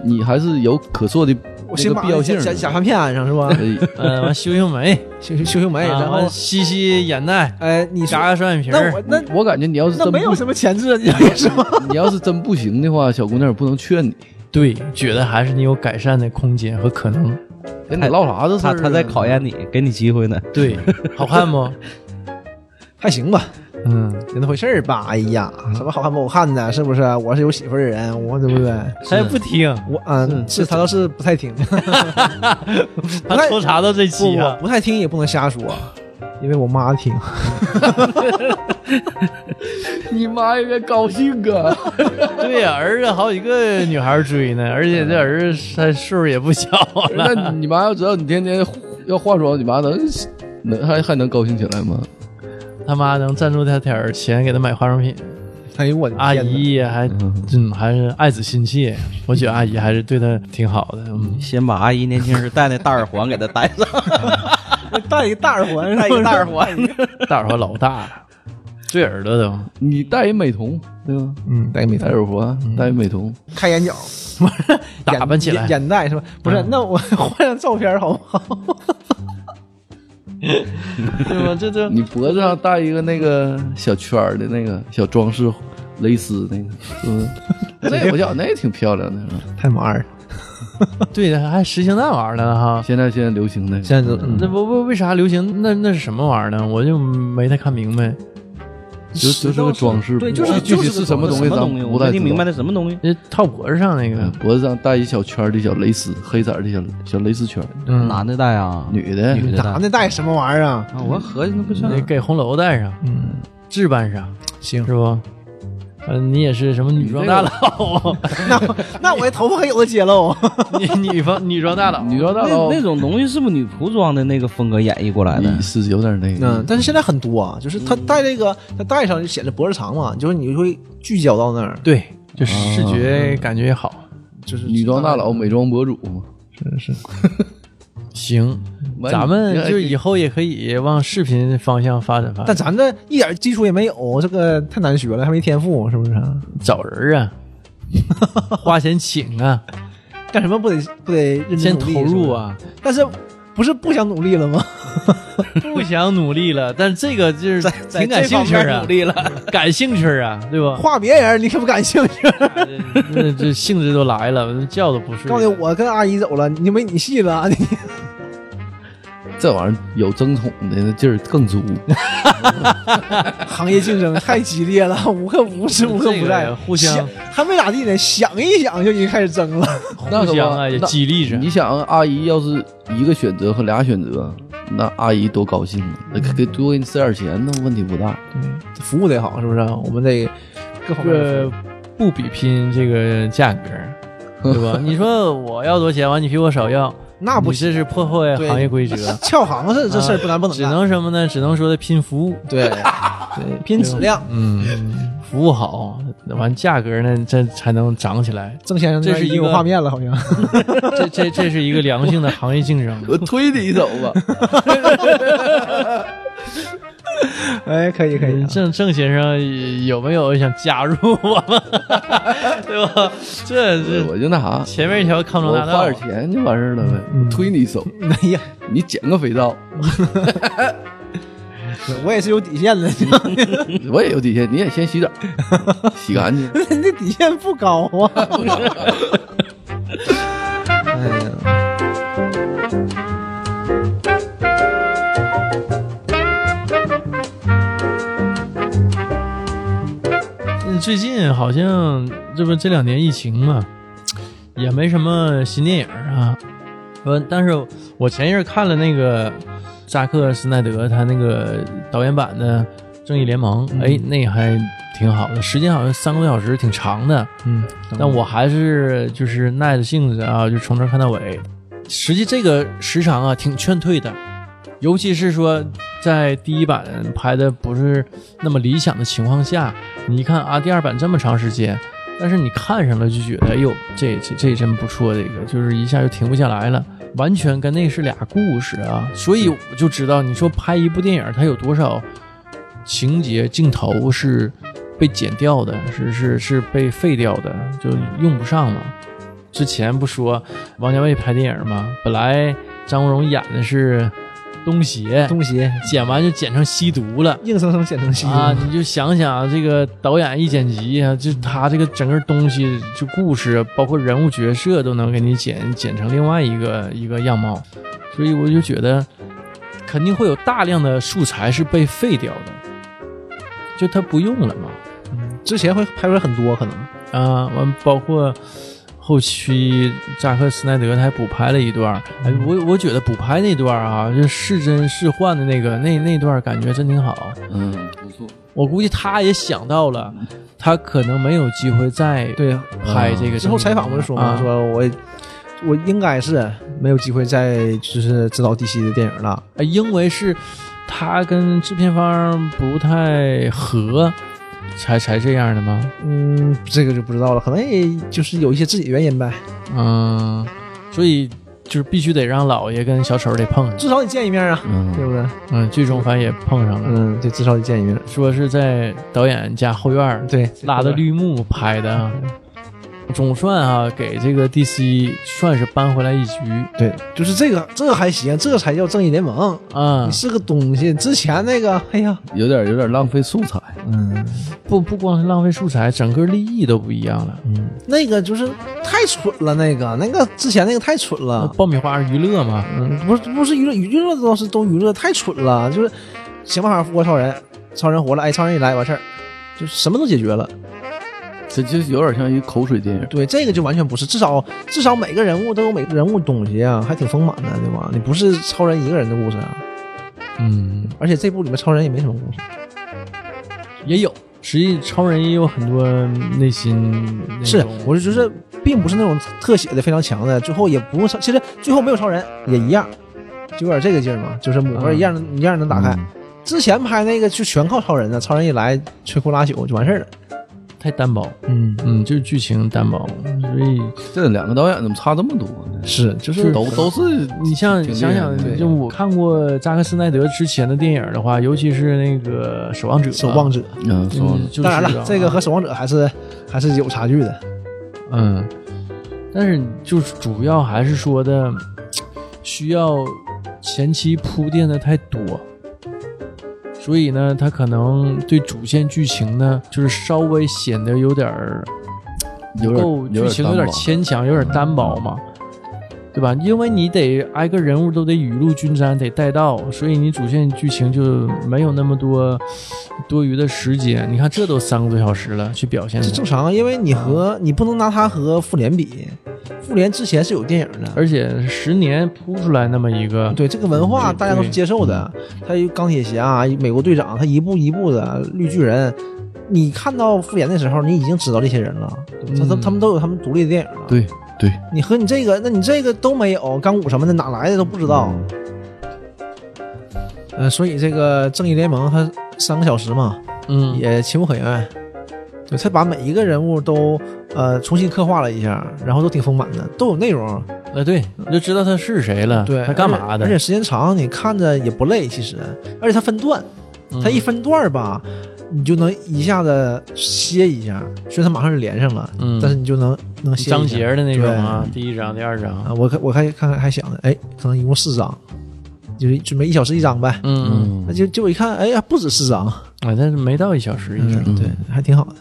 [SPEAKER 4] 你还是有 可塑的
[SPEAKER 2] 我
[SPEAKER 4] 那
[SPEAKER 2] 先
[SPEAKER 4] 个
[SPEAKER 2] 把
[SPEAKER 4] 必要
[SPEAKER 2] 假
[SPEAKER 4] 性
[SPEAKER 2] 假
[SPEAKER 4] 的。
[SPEAKER 2] 假发片啊安上是吧？
[SPEAKER 4] 哎
[SPEAKER 1] 嗯，完修修 眉，
[SPEAKER 2] 修修修修眉，
[SPEAKER 1] 然
[SPEAKER 2] 然后
[SPEAKER 1] 后吸吸眼袋，
[SPEAKER 2] 哎，你说
[SPEAKER 1] 扎个双眼皮
[SPEAKER 2] 那
[SPEAKER 1] 儿
[SPEAKER 2] 我。那
[SPEAKER 4] 我感觉你要是
[SPEAKER 2] 那
[SPEAKER 4] 真
[SPEAKER 2] 没有
[SPEAKER 4] 不，
[SPEAKER 2] 什么潜质， 你别说。
[SPEAKER 4] 你要是真不行的话，小姑娘也不能劝你，
[SPEAKER 1] 对，觉得还是你有改善的空间和可能。
[SPEAKER 4] 跟你唠啥子事
[SPEAKER 5] 他
[SPEAKER 4] 儿啊
[SPEAKER 5] 他在考验你，给你机会呢。
[SPEAKER 1] 对，好看不？
[SPEAKER 2] 还行吧，
[SPEAKER 1] 嗯，
[SPEAKER 2] 有那回事儿吧？哎呀，什么好看不好看的，是不是？我是有媳妇儿的人，我对不对？
[SPEAKER 1] 他也不听，
[SPEAKER 2] 我嗯，哎是他倒是啊不太听，不
[SPEAKER 1] 他
[SPEAKER 2] 太
[SPEAKER 1] 抽查到这
[SPEAKER 2] 不
[SPEAKER 1] 期
[SPEAKER 2] 我
[SPEAKER 1] 啊，
[SPEAKER 2] 不太听也不能瞎说，因为我妈听。
[SPEAKER 4] 你妈应该高兴啊！
[SPEAKER 1] 对呀、儿子好几个女孩追呢，而且这儿子他岁数也不小啊了，
[SPEAKER 4] 那你妈要知道你天天要化妆，你妈能能还还能高兴起来吗？
[SPEAKER 1] 他妈能赞助他点儿钱给他买化妆品，
[SPEAKER 2] 哎呦我的
[SPEAKER 1] 阿
[SPEAKER 2] 天哪，
[SPEAKER 1] 姨还嗯还是爱子心切，我觉得阿姨还是对他挺好的，嗯，
[SPEAKER 5] 先把阿姨年轻时戴那大耳环给她戴上，
[SPEAKER 2] 戴一个大耳环，
[SPEAKER 5] 戴一个大耳环。
[SPEAKER 1] 大耳朵老大 了，坠耳朵都，
[SPEAKER 4] 你戴一美瞳，对吧？
[SPEAKER 2] 嗯，戴个美
[SPEAKER 4] 戴耳环，戴一啊美瞳，
[SPEAKER 2] 开眼角，
[SPEAKER 1] 打扮起来
[SPEAKER 2] 眼眼袋是吧？不是，那我换张照片好不好？
[SPEAKER 1] 对吧？这这
[SPEAKER 4] 你脖子上戴一个那个小圈儿的那个小装饰蕾丝那个，是不是？那也不叫，那也挺漂亮的。是吧
[SPEAKER 2] 太麻二了，
[SPEAKER 1] 对的还实行那玩意儿呢哈。
[SPEAKER 4] 现在现在流行那个，
[SPEAKER 2] 现在都嗯
[SPEAKER 1] 那不不为啥流行那那是什么玩意儿呢？我就没太看明白。
[SPEAKER 4] 就就是个装饰，
[SPEAKER 2] 对就是
[SPEAKER 4] 具
[SPEAKER 2] 就是
[SPEAKER 4] 体
[SPEAKER 2] 个
[SPEAKER 4] 是什么东西，
[SPEAKER 5] 什么
[SPEAKER 4] 咱
[SPEAKER 5] 东西？
[SPEAKER 4] 不
[SPEAKER 5] 我
[SPEAKER 4] 太
[SPEAKER 5] 没
[SPEAKER 4] 知
[SPEAKER 5] 听
[SPEAKER 4] 道
[SPEAKER 5] 明白那什么东西？
[SPEAKER 1] 那套脖子上那个
[SPEAKER 4] 嗯，脖子上戴一小圈儿的小蕾丝，黑色儿的小小蕾丝圈儿，
[SPEAKER 1] 嗯，
[SPEAKER 5] 男的戴啊，
[SPEAKER 4] 女的
[SPEAKER 5] 女的戴。
[SPEAKER 2] 男的戴什么玩意儿啊？
[SPEAKER 5] 啊，我合计那不是
[SPEAKER 1] 得给红楼带上，
[SPEAKER 2] 嗯，
[SPEAKER 1] 置办上，
[SPEAKER 2] 行，
[SPEAKER 1] 是不？呃，你也是什么女装大佬，
[SPEAKER 2] 那我这头发可有的接喽。
[SPEAKER 1] 你 女方女装大佬，
[SPEAKER 4] 你知道大佬
[SPEAKER 5] 那那种东西是不是女仆装的那个风格演绎过来的？
[SPEAKER 4] 你是有点那
[SPEAKER 2] 嗯
[SPEAKER 4] 个，，
[SPEAKER 2] 但是现在很多啊，就是他戴这个，他戴上就显得脖子长嘛，就是你会聚焦到那儿，
[SPEAKER 1] 对，就视觉感觉也好。
[SPEAKER 2] 就是
[SPEAKER 4] 女装大佬、美妆博主嘛。
[SPEAKER 1] 行，
[SPEAKER 4] 完
[SPEAKER 1] 咱
[SPEAKER 4] 你哎
[SPEAKER 1] 们就以后也可以往视频方向发展发
[SPEAKER 2] 但
[SPEAKER 1] 展，
[SPEAKER 2] 咱这一点基础也没有，这个太难学了，还没天赋，是不是啊？
[SPEAKER 1] 找人啊，花钱请啊，
[SPEAKER 2] 干什么不得不得认真
[SPEAKER 1] 先
[SPEAKER 2] 努力
[SPEAKER 1] 投入！啊。
[SPEAKER 2] 是不是但是不是不想努力 了吗？
[SPEAKER 1] 不想努力了，但这个就是挺感
[SPEAKER 3] 在这
[SPEAKER 1] 兴
[SPEAKER 3] 方
[SPEAKER 1] 趣
[SPEAKER 3] 面
[SPEAKER 1] 啊
[SPEAKER 3] 努，力了，
[SPEAKER 1] 感兴趣啊，对吧？
[SPEAKER 2] 画别人你可不感兴趣。
[SPEAKER 1] 那这性质都来了，觉都不睡。
[SPEAKER 2] 告诉你，我跟阿姨走了，你没你戏了，你
[SPEAKER 4] 这玩意儿有争宠的那劲儿更足。
[SPEAKER 2] 行业竞争太激烈了，无刻无时无刻
[SPEAKER 1] 这
[SPEAKER 2] 不
[SPEAKER 1] 个
[SPEAKER 2] 在，
[SPEAKER 1] 互相
[SPEAKER 2] 想还没咋地呢，想一想就已经开始争了。
[SPEAKER 4] 那
[SPEAKER 1] 互
[SPEAKER 4] 可
[SPEAKER 1] 相
[SPEAKER 4] 不
[SPEAKER 1] 啊也
[SPEAKER 4] 那
[SPEAKER 1] 激励着
[SPEAKER 4] 你。想，阿姨要是一个选择和俩选择，那阿姨多高兴啊！那给多给你塞点钱，那问题不大。
[SPEAKER 2] 服务得好，是不是？
[SPEAKER 1] 啊
[SPEAKER 2] 我们得各嗯方面都
[SPEAKER 1] 这
[SPEAKER 2] 服务
[SPEAKER 1] 不比拼这个价 格，对吧？你说我要多钱，完你比我少要，
[SPEAKER 2] 那不
[SPEAKER 1] 你
[SPEAKER 2] 行，
[SPEAKER 1] 这是嗯破坏
[SPEAKER 2] 对
[SPEAKER 1] 行业规则。
[SPEAKER 2] 翘行是这事儿不难不能
[SPEAKER 1] 只
[SPEAKER 2] 干，
[SPEAKER 1] 能什么呢？只能说的拼服务，
[SPEAKER 2] 对对拼质量，
[SPEAKER 1] 嗯，服务好，完价格呢，这才能涨起 来。
[SPEAKER 2] 郑先生
[SPEAKER 1] 这是
[SPEAKER 2] 已经
[SPEAKER 1] 一个
[SPEAKER 2] 有画面了，好像
[SPEAKER 1] 这这这是一个良性的行业竞争。
[SPEAKER 4] 我推你一走 吧，
[SPEAKER 2] 哎，可 以可以啊，
[SPEAKER 1] 嗯郑郑先生有没有想加入我们？ 对吧？这这
[SPEAKER 4] 我就那啥，
[SPEAKER 1] 前面一条康庄
[SPEAKER 4] 我
[SPEAKER 1] 大
[SPEAKER 4] 花
[SPEAKER 1] 道
[SPEAKER 4] 点，钱就完事儿了呗，推你一手，
[SPEAKER 2] 哎呀，
[SPEAKER 4] 你捡个肥皂，
[SPEAKER 2] 我也是有底线的，
[SPEAKER 4] 我也有底线，你也先洗澡，洗干净。
[SPEAKER 2] 人家底线不高啊。哎呀。
[SPEAKER 1] 嗯最近好像这不这两年疫情嘛，也没什么新电影啊。呃，但是我前一阵看了那个扎克施奈德他那个导演版的《正义联盟》，哎，那还挺好的，时间好像三个多小时，挺长的。
[SPEAKER 2] 嗯，
[SPEAKER 1] 但我还是就是耐着性子啊，就从头看到尾。实际这个时长啊，挺劝退的，尤其是说在第一版拍的不是那么理想的情况下，你一看啊，第二版这么长时间，但是你看上了就觉得，哎呦，这这这真不错，这个就是一下就停不下来了，完全跟那是俩故事啊。所以我就知道，你说拍一部电影，它有多少情节镜头是被剪掉的，是是是被废掉的，就用不上了。之前不说王家卫拍电影吗？本来张国荣演的是东邪，
[SPEAKER 2] 东邪
[SPEAKER 1] 剪完就剪成吸毒了。
[SPEAKER 2] 硬生生剪成西
[SPEAKER 1] 啊，你就想想这个导演一剪辑啊，就他这个整个东西，就故事啊包括人物角色都能给你剪剪成另外一个一个样貌，所以我就觉得肯定会有大量的素材是被废掉的，就他不用了嘛。
[SPEAKER 2] 之前会拍出来很多可能，
[SPEAKER 1] 啊，完包括后期扎克施奈德他还补拍了一段儿，哎，我我觉得补拍那段儿啊，就是真是幻的那个那那段儿感觉真挺好。
[SPEAKER 4] 嗯，不错。
[SPEAKER 1] 我估计他也想到了，他可能没有机会再
[SPEAKER 2] 对呀、
[SPEAKER 1] 拍这个。
[SPEAKER 2] 啊之后采访不是说
[SPEAKER 1] 啊
[SPEAKER 2] 吗？说我我应该是没有机会再就是指导 DC 的电影了，
[SPEAKER 1] 呃因为是他跟制片方不太合，才才这样的吗？
[SPEAKER 2] 嗯，这个就不知道了，可能也就是有一些自己的原因呗。
[SPEAKER 1] 嗯，所以就是必须得让老爷跟小丑得碰上，
[SPEAKER 2] 至少得见一面啊，对
[SPEAKER 4] 嗯，
[SPEAKER 2] 不对？
[SPEAKER 1] 嗯，最终反正也碰上了。
[SPEAKER 2] 嗯，对，至少得见一面。
[SPEAKER 1] 说是在导演家后院儿
[SPEAKER 2] 对，
[SPEAKER 1] 拉的绿幕拍的啊，总算啊给这个 DC 算是扳回来一局
[SPEAKER 2] 对，就是这个，这个还行，这个才叫正义联盟。
[SPEAKER 1] 啊
[SPEAKER 2] 你。是个东西，之前那个，哎呀，
[SPEAKER 4] 有点有点浪费素材。
[SPEAKER 2] 嗯，
[SPEAKER 1] 不不光是浪费素材，整个立意都不一样了。
[SPEAKER 2] 那个就是太蠢了，那个那个之前那个太蠢了，
[SPEAKER 1] 爆米花娱乐嘛，
[SPEAKER 2] 啊嗯，不是不是娱乐，娱乐倒是都娱乐，太蠢了，就是想办法复活超人，超人活了，哎，超人一来完事儿，就什么都解决了。
[SPEAKER 4] 这就有点像一口水电影。
[SPEAKER 2] 对，这个就完全不是，至少至少每个人物都有每个人物东西啊，还挺丰满的，对吧？你不是超人一个人的故事啊，
[SPEAKER 1] 嗯，
[SPEAKER 2] 而且这部里面超人也没什么故事，
[SPEAKER 1] 也有实际超人也有很多内心那
[SPEAKER 2] 是
[SPEAKER 1] 种，嗯
[SPEAKER 2] 我是就是，并不是那种特写的非常强的，最后也不用超，其实最后没有超人也一样，就有点这个劲儿嘛，就是
[SPEAKER 1] 嗯
[SPEAKER 2] 母盒一样能、一样能打开。
[SPEAKER 5] 嗯
[SPEAKER 2] 之前拍那个就全靠超人呢，超人一来摧枯拉朽就完事儿了。
[SPEAKER 1] 太单薄，
[SPEAKER 2] 嗯，
[SPEAKER 1] 嗯，就是剧情单薄，所以
[SPEAKER 4] 这两个导演怎么差这么多呢？
[SPEAKER 2] 是，就
[SPEAKER 1] 就是
[SPEAKER 2] 是
[SPEAKER 4] 都都是
[SPEAKER 1] 你像
[SPEAKER 4] 挺厉
[SPEAKER 1] 想
[SPEAKER 4] 害
[SPEAKER 1] 想
[SPEAKER 4] 的对，
[SPEAKER 1] 就我看过扎克斯奈德之前的电影的话，尤其是那个《守望者》，
[SPEAKER 2] 守望者。
[SPEAKER 4] 嗯，
[SPEAKER 1] 嗯，
[SPEAKER 4] 说
[SPEAKER 1] 啊就是
[SPEAKER 2] 当然了
[SPEAKER 1] 啊，
[SPEAKER 2] 这个和守望者还是还是有差距的。
[SPEAKER 1] 嗯，但是就是主要还是说的需要前期铺垫的太多，所以呢，他可能对主线剧情呢，就是稍微显得有点儿
[SPEAKER 4] 有
[SPEAKER 1] 够
[SPEAKER 4] 点
[SPEAKER 1] 剧情有点
[SPEAKER 4] 单薄
[SPEAKER 1] 牵强，有点单薄嘛，对吧？因为你得挨个人物都得雨露均沾，得带到，所以你主线剧情就没有那么多多余的时间。你看，这都三个多小时了，去表现
[SPEAKER 2] 这
[SPEAKER 1] 它
[SPEAKER 2] 正常，因为你
[SPEAKER 1] 嗯
[SPEAKER 2] 和你不能拿它和复联比，复联之前是有电影的，
[SPEAKER 1] 而且十年铺出来那么一个，
[SPEAKER 2] 啊对这个文化大家都是接受的。
[SPEAKER 1] 嗯
[SPEAKER 2] 他有钢铁侠、美国队长，他一步一步的绿巨人，你看到复联的时候，你已经知道这些人了，对吧他他
[SPEAKER 1] 嗯
[SPEAKER 2] 他们都有他们独立的电影了。
[SPEAKER 4] 对对，
[SPEAKER 2] 你和你这个，那你这个都没有，钢骨什么的哪来的都不知道。
[SPEAKER 1] 嗯
[SPEAKER 2] 呃，所以这个正义联盟它三个小时嘛，
[SPEAKER 1] 嗯，
[SPEAKER 2] 也情不可原。对，他把每一个人物都呃重新刻画了一下，然后都挺丰满的，都有内容。
[SPEAKER 1] 呃，对，你就知道他是谁了，
[SPEAKER 2] 对，
[SPEAKER 1] 他干嘛
[SPEAKER 2] 而且
[SPEAKER 1] 的，
[SPEAKER 2] 时间长，你看着也不累，其实。而且它分段，
[SPEAKER 1] 嗯
[SPEAKER 2] 它一分段儿吧，你就能一下子歇一下。虽然它马上就连上了，
[SPEAKER 1] 嗯
[SPEAKER 2] 但是你就能能歇一下
[SPEAKER 1] 章节的那种
[SPEAKER 2] 对
[SPEAKER 1] 啊，第一章、第二章，
[SPEAKER 2] 啊，我看我看看看还想着，哎，可能一共四章，就是准备一小时一章呗。
[SPEAKER 1] 嗯，
[SPEAKER 2] 那就结果一看，哎呀，不止四章，
[SPEAKER 1] 啊，但是没到一小时一章。
[SPEAKER 2] 嗯，对，还挺好的。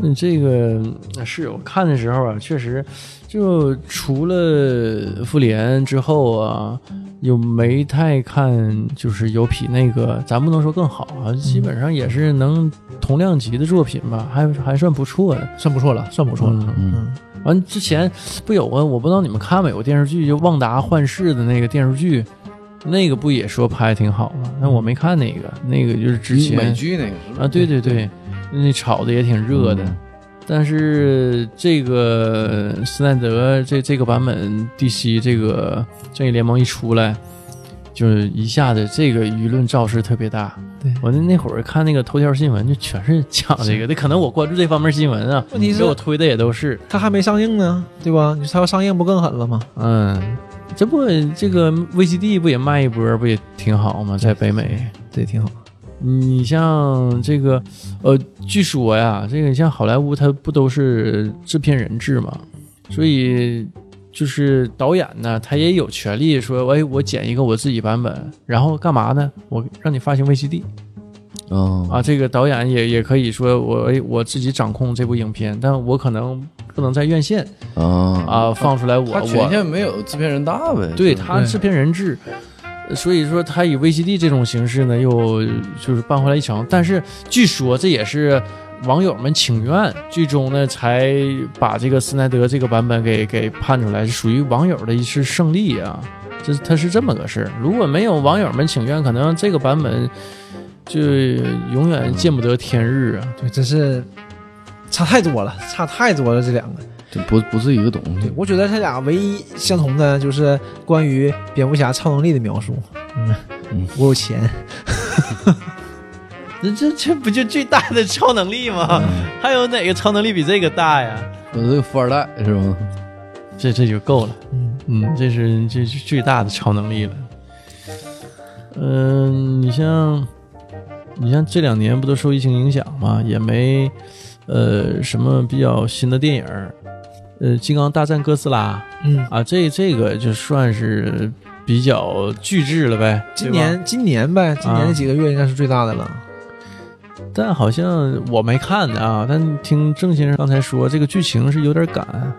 [SPEAKER 1] 嗯，这个呃是我看的时候啊，确实，就除了复联之后啊，又没太看，就是有比那个咱不能说更好啊，基本上也是能同量级的作品吧，还还算不错的，
[SPEAKER 2] 算不错了，算不错了。
[SPEAKER 1] 嗯
[SPEAKER 2] 嗯，
[SPEAKER 1] 完之前不有啊，我不知道你们看没有电视剧，就旺达幻视的那个电视剧，那个不也说拍的挺好吗？但我没看那个，那个就是之前
[SPEAKER 4] 美剧那个是吧
[SPEAKER 1] 啊，对对对，那炒的也挺热的。
[SPEAKER 4] 嗯
[SPEAKER 1] 但是这个斯奈德这这个版本 DC 这个正义联盟一出来，就是一下子这个舆论造势特别大。
[SPEAKER 2] 对
[SPEAKER 1] 我那那会儿看那个头条新闻，就全是讲这个，那可能我关注这方面新闻啊，
[SPEAKER 2] 问题是
[SPEAKER 1] 给我推的也都是。
[SPEAKER 2] 它还没上映呢，对吧？你说它要上映不更狠了吗？
[SPEAKER 1] 嗯，这不这个 VCD 不也卖一波，不也挺好吗？在北美，
[SPEAKER 2] 对，挺好。
[SPEAKER 1] 你像这个，呃，据说呀，这个像好莱坞，它不都是制片人制嘛，所以就是导演呢，他也有权利说，哎，我剪一个我自己版本，然后干嘛呢？我让你发行 VCD
[SPEAKER 4] 嗯
[SPEAKER 1] 啊，这个导演也也可以说我，哎，我自己掌控这部影片，但我可能不能在院线
[SPEAKER 4] 啊
[SPEAKER 1] 啊放出来我
[SPEAKER 4] 他
[SPEAKER 1] 我
[SPEAKER 4] 权限没有制片人大呗，
[SPEAKER 1] 对
[SPEAKER 4] 就是
[SPEAKER 1] 他制片人制，呃所以说他以 VCD 这种形式呢，又就是办回来一场。但是据说这也是网友们请愿，最终呢才把这个斯奈德这个版本给给判出来，是属于网友的一次胜利啊。这他是这么个事儿，如果没有网友们请愿，可能这个版本就永远见不得天日啊。
[SPEAKER 2] 对，真是差太多了，差太多了，这两个。
[SPEAKER 4] 这不不是一个东
[SPEAKER 2] 对
[SPEAKER 4] 西，，
[SPEAKER 2] 我觉得他俩唯一相同的就是关于蝙蝠侠超能力的描述。嗯
[SPEAKER 4] 嗯，
[SPEAKER 2] 我有钱。
[SPEAKER 3] 这这这不就最大的超能力吗？还有哪个超能力比这个大呀？
[SPEAKER 4] 我这个富二代是吧？
[SPEAKER 1] 这这就够了。
[SPEAKER 2] 嗯
[SPEAKER 1] 嗯，这是这是最大的超能力了。嗯、你像你像这两年不都受疫情影响嘛，也没呃什么比较新的电影儿，呃，《金刚大战哥斯拉
[SPEAKER 2] 嗯》，
[SPEAKER 1] 啊，这这个就算是比较巨制了呗。
[SPEAKER 2] 今
[SPEAKER 1] 对吧
[SPEAKER 2] 年今年呗，今年这几个月应该是最大的了。
[SPEAKER 1] 但好像我没看啊，但听郑先生刚才说，这个剧情是有点赶，啊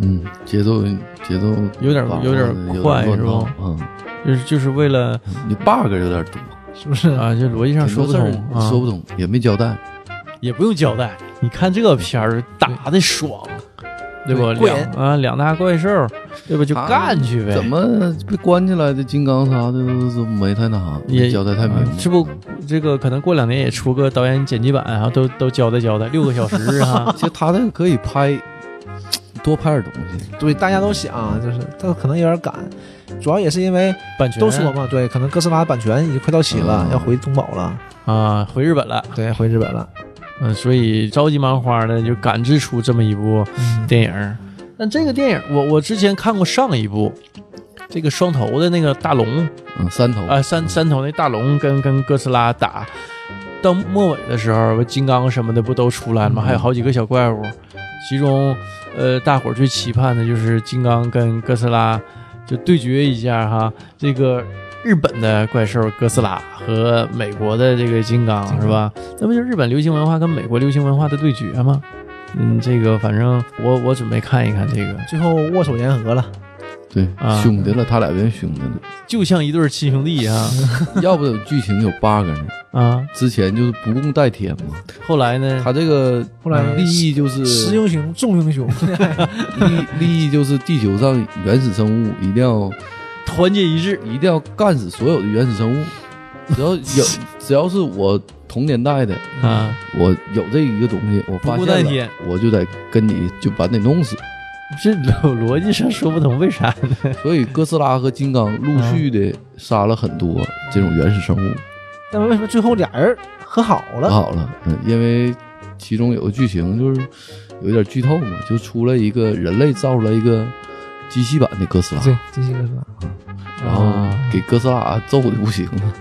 [SPEAKER 4] 嗯，节奏节奏
[SPEAKER 1] 有点
[SPEAKER 4] 把握
[SPEAKER 1] 有点
[SPEAKER 4] 得
[SPEAKER 1] 快
[SPEAKER 4] 乱
[SPEAKER 1] 是
[SPEAKER 4] 套
[SPEAKER 1] 吧？
[SPEAKER 4] 嗯，
[SPEAKER 1] 就是就是为了
[SPEAKER 4] 你 bug 有点多，
[SPEAKER 2] 是不是？
[SPEAKER 1] 啊，就逻辑上说不
[SPEAKER 4] 挺多
[SPEAKER 1] 通
[SPEAKER 4] 事，儿
[SPEAKER 1] 啊、
[SPEAKER 4] 说不通，也没交代。
[SPEAKER 1] 也不用交代。你看这片儿打的爽，对不？
[SPEAKER 2] 对过瘾
[SPEAKER 1] 两啊，两大怪兽，对吧？就
[SPEAKER 4] 他
[SPEAKER 1] 干去呗。
[SPEAKER 4] 怎么被关起来的金刚啥的都没太那，
[SPEAKER 1] 也嗯
[SPEAKER 4] 没交代太明白。
[SPEAKER 1] 这不，这个可能过两年也出个导演剪辑版啊，都都交代交代，六个小时 啊
[SPEAKER 4] 其，实他这个可以拍，多拍点东西。
[SPEAKER 2] 对，大家都想，就是他可能有点赶，主要也是因为
[SPEAKER 1] 版权
[SPEAKER 2] 都说嘛，对，可能哥斯拉版权已经快到期了，
[SPEAKER 4] 嗯
[SPEAKER 2] 要回东宝了，
[SPEAKER 1] 啊，回日本了，
[SPEAKER 2] 对，回日本了。
[SPEAKER 1] 嗯，所以着急忙慌的就赶制出这么一部电影儿。但这个电影儿，我我之前看过上一部，这个双头的那个大龙
[SPEAKER 4] 嗯，三头
[SPEAKER 1] 啊、三三头那大龙跟跟哥斯拉打，到末尾的时候，金刚什么的不都出来了吗？还有好几个小怪物，其中呃，大伙儿最期盼的就是金刚跟哥斯拉就对决一下哈，这个。日本的怪兽哥斯拉和美国的这个金刚是吧？那不就日本流行文化跟美国流行文化的对决吗？嗯，这个反正我我准备看一看这个，
[SPEAKER 2] 最后握手言和了，
[SPEAKER 4] 对
[SPEAKER 1] 啊
[SPEAKER 4] 兄弟了，他俩变兄 弟了。
[SPEAKER 1] 就像一对儿亲兄弟 啊
[SPEAKER 4] 要不有剧情有 bug 呢？
[SPEAKER 1] 啊！
[SPEAKER 4] 之前就是不共戴天嘛，
[SPEAKER 1] 后来呢？
[SPEAKER 4] 他这个
[SPEAKER 2] 后来
[SPEAKER 4] 利益啊就是
[SPEAKER 1] 嗯
[SPEAKER 2] 十英雄重英雄，
[SPEAKER 4] 利利益就是地球上原始生物一定要
[SPEAKER 1] 团结一致，
[SPEAKER 4] 一定要干死所有的原始生物，只要 有只要是我同年代的，
[SPEAKER 1] 啊，
[SPEAKER 4] 我有这一个东西，我发
[SPEAKER 1] 不顾代
[SPEAKER 4] 现
[SPEAKER 1] 替
[SPEAKER 4] 了，我就得跟你就把 你弄死。
[SPEAKER 1] 这逻逻辑上说不通，为啥呢？
[SPEAKER 4] 所以哥斯拉和金刚陆续的杀了很多这种原始生物。
[SPEAKER 2] 但为什么最后俩人和好
[SPEAKER 4] 不
[SPEAKER 2] 了？
[SPEAKER 4] 好了，嗯，因为其中有个剧情就是有点剧透嘛，就出了一个人类造出来一个机器版的哥斯拉，
[SPEAKER 2] 对，这些个是吧？
[SPEAKER 4] 然后给哥斯拉揍的不行了，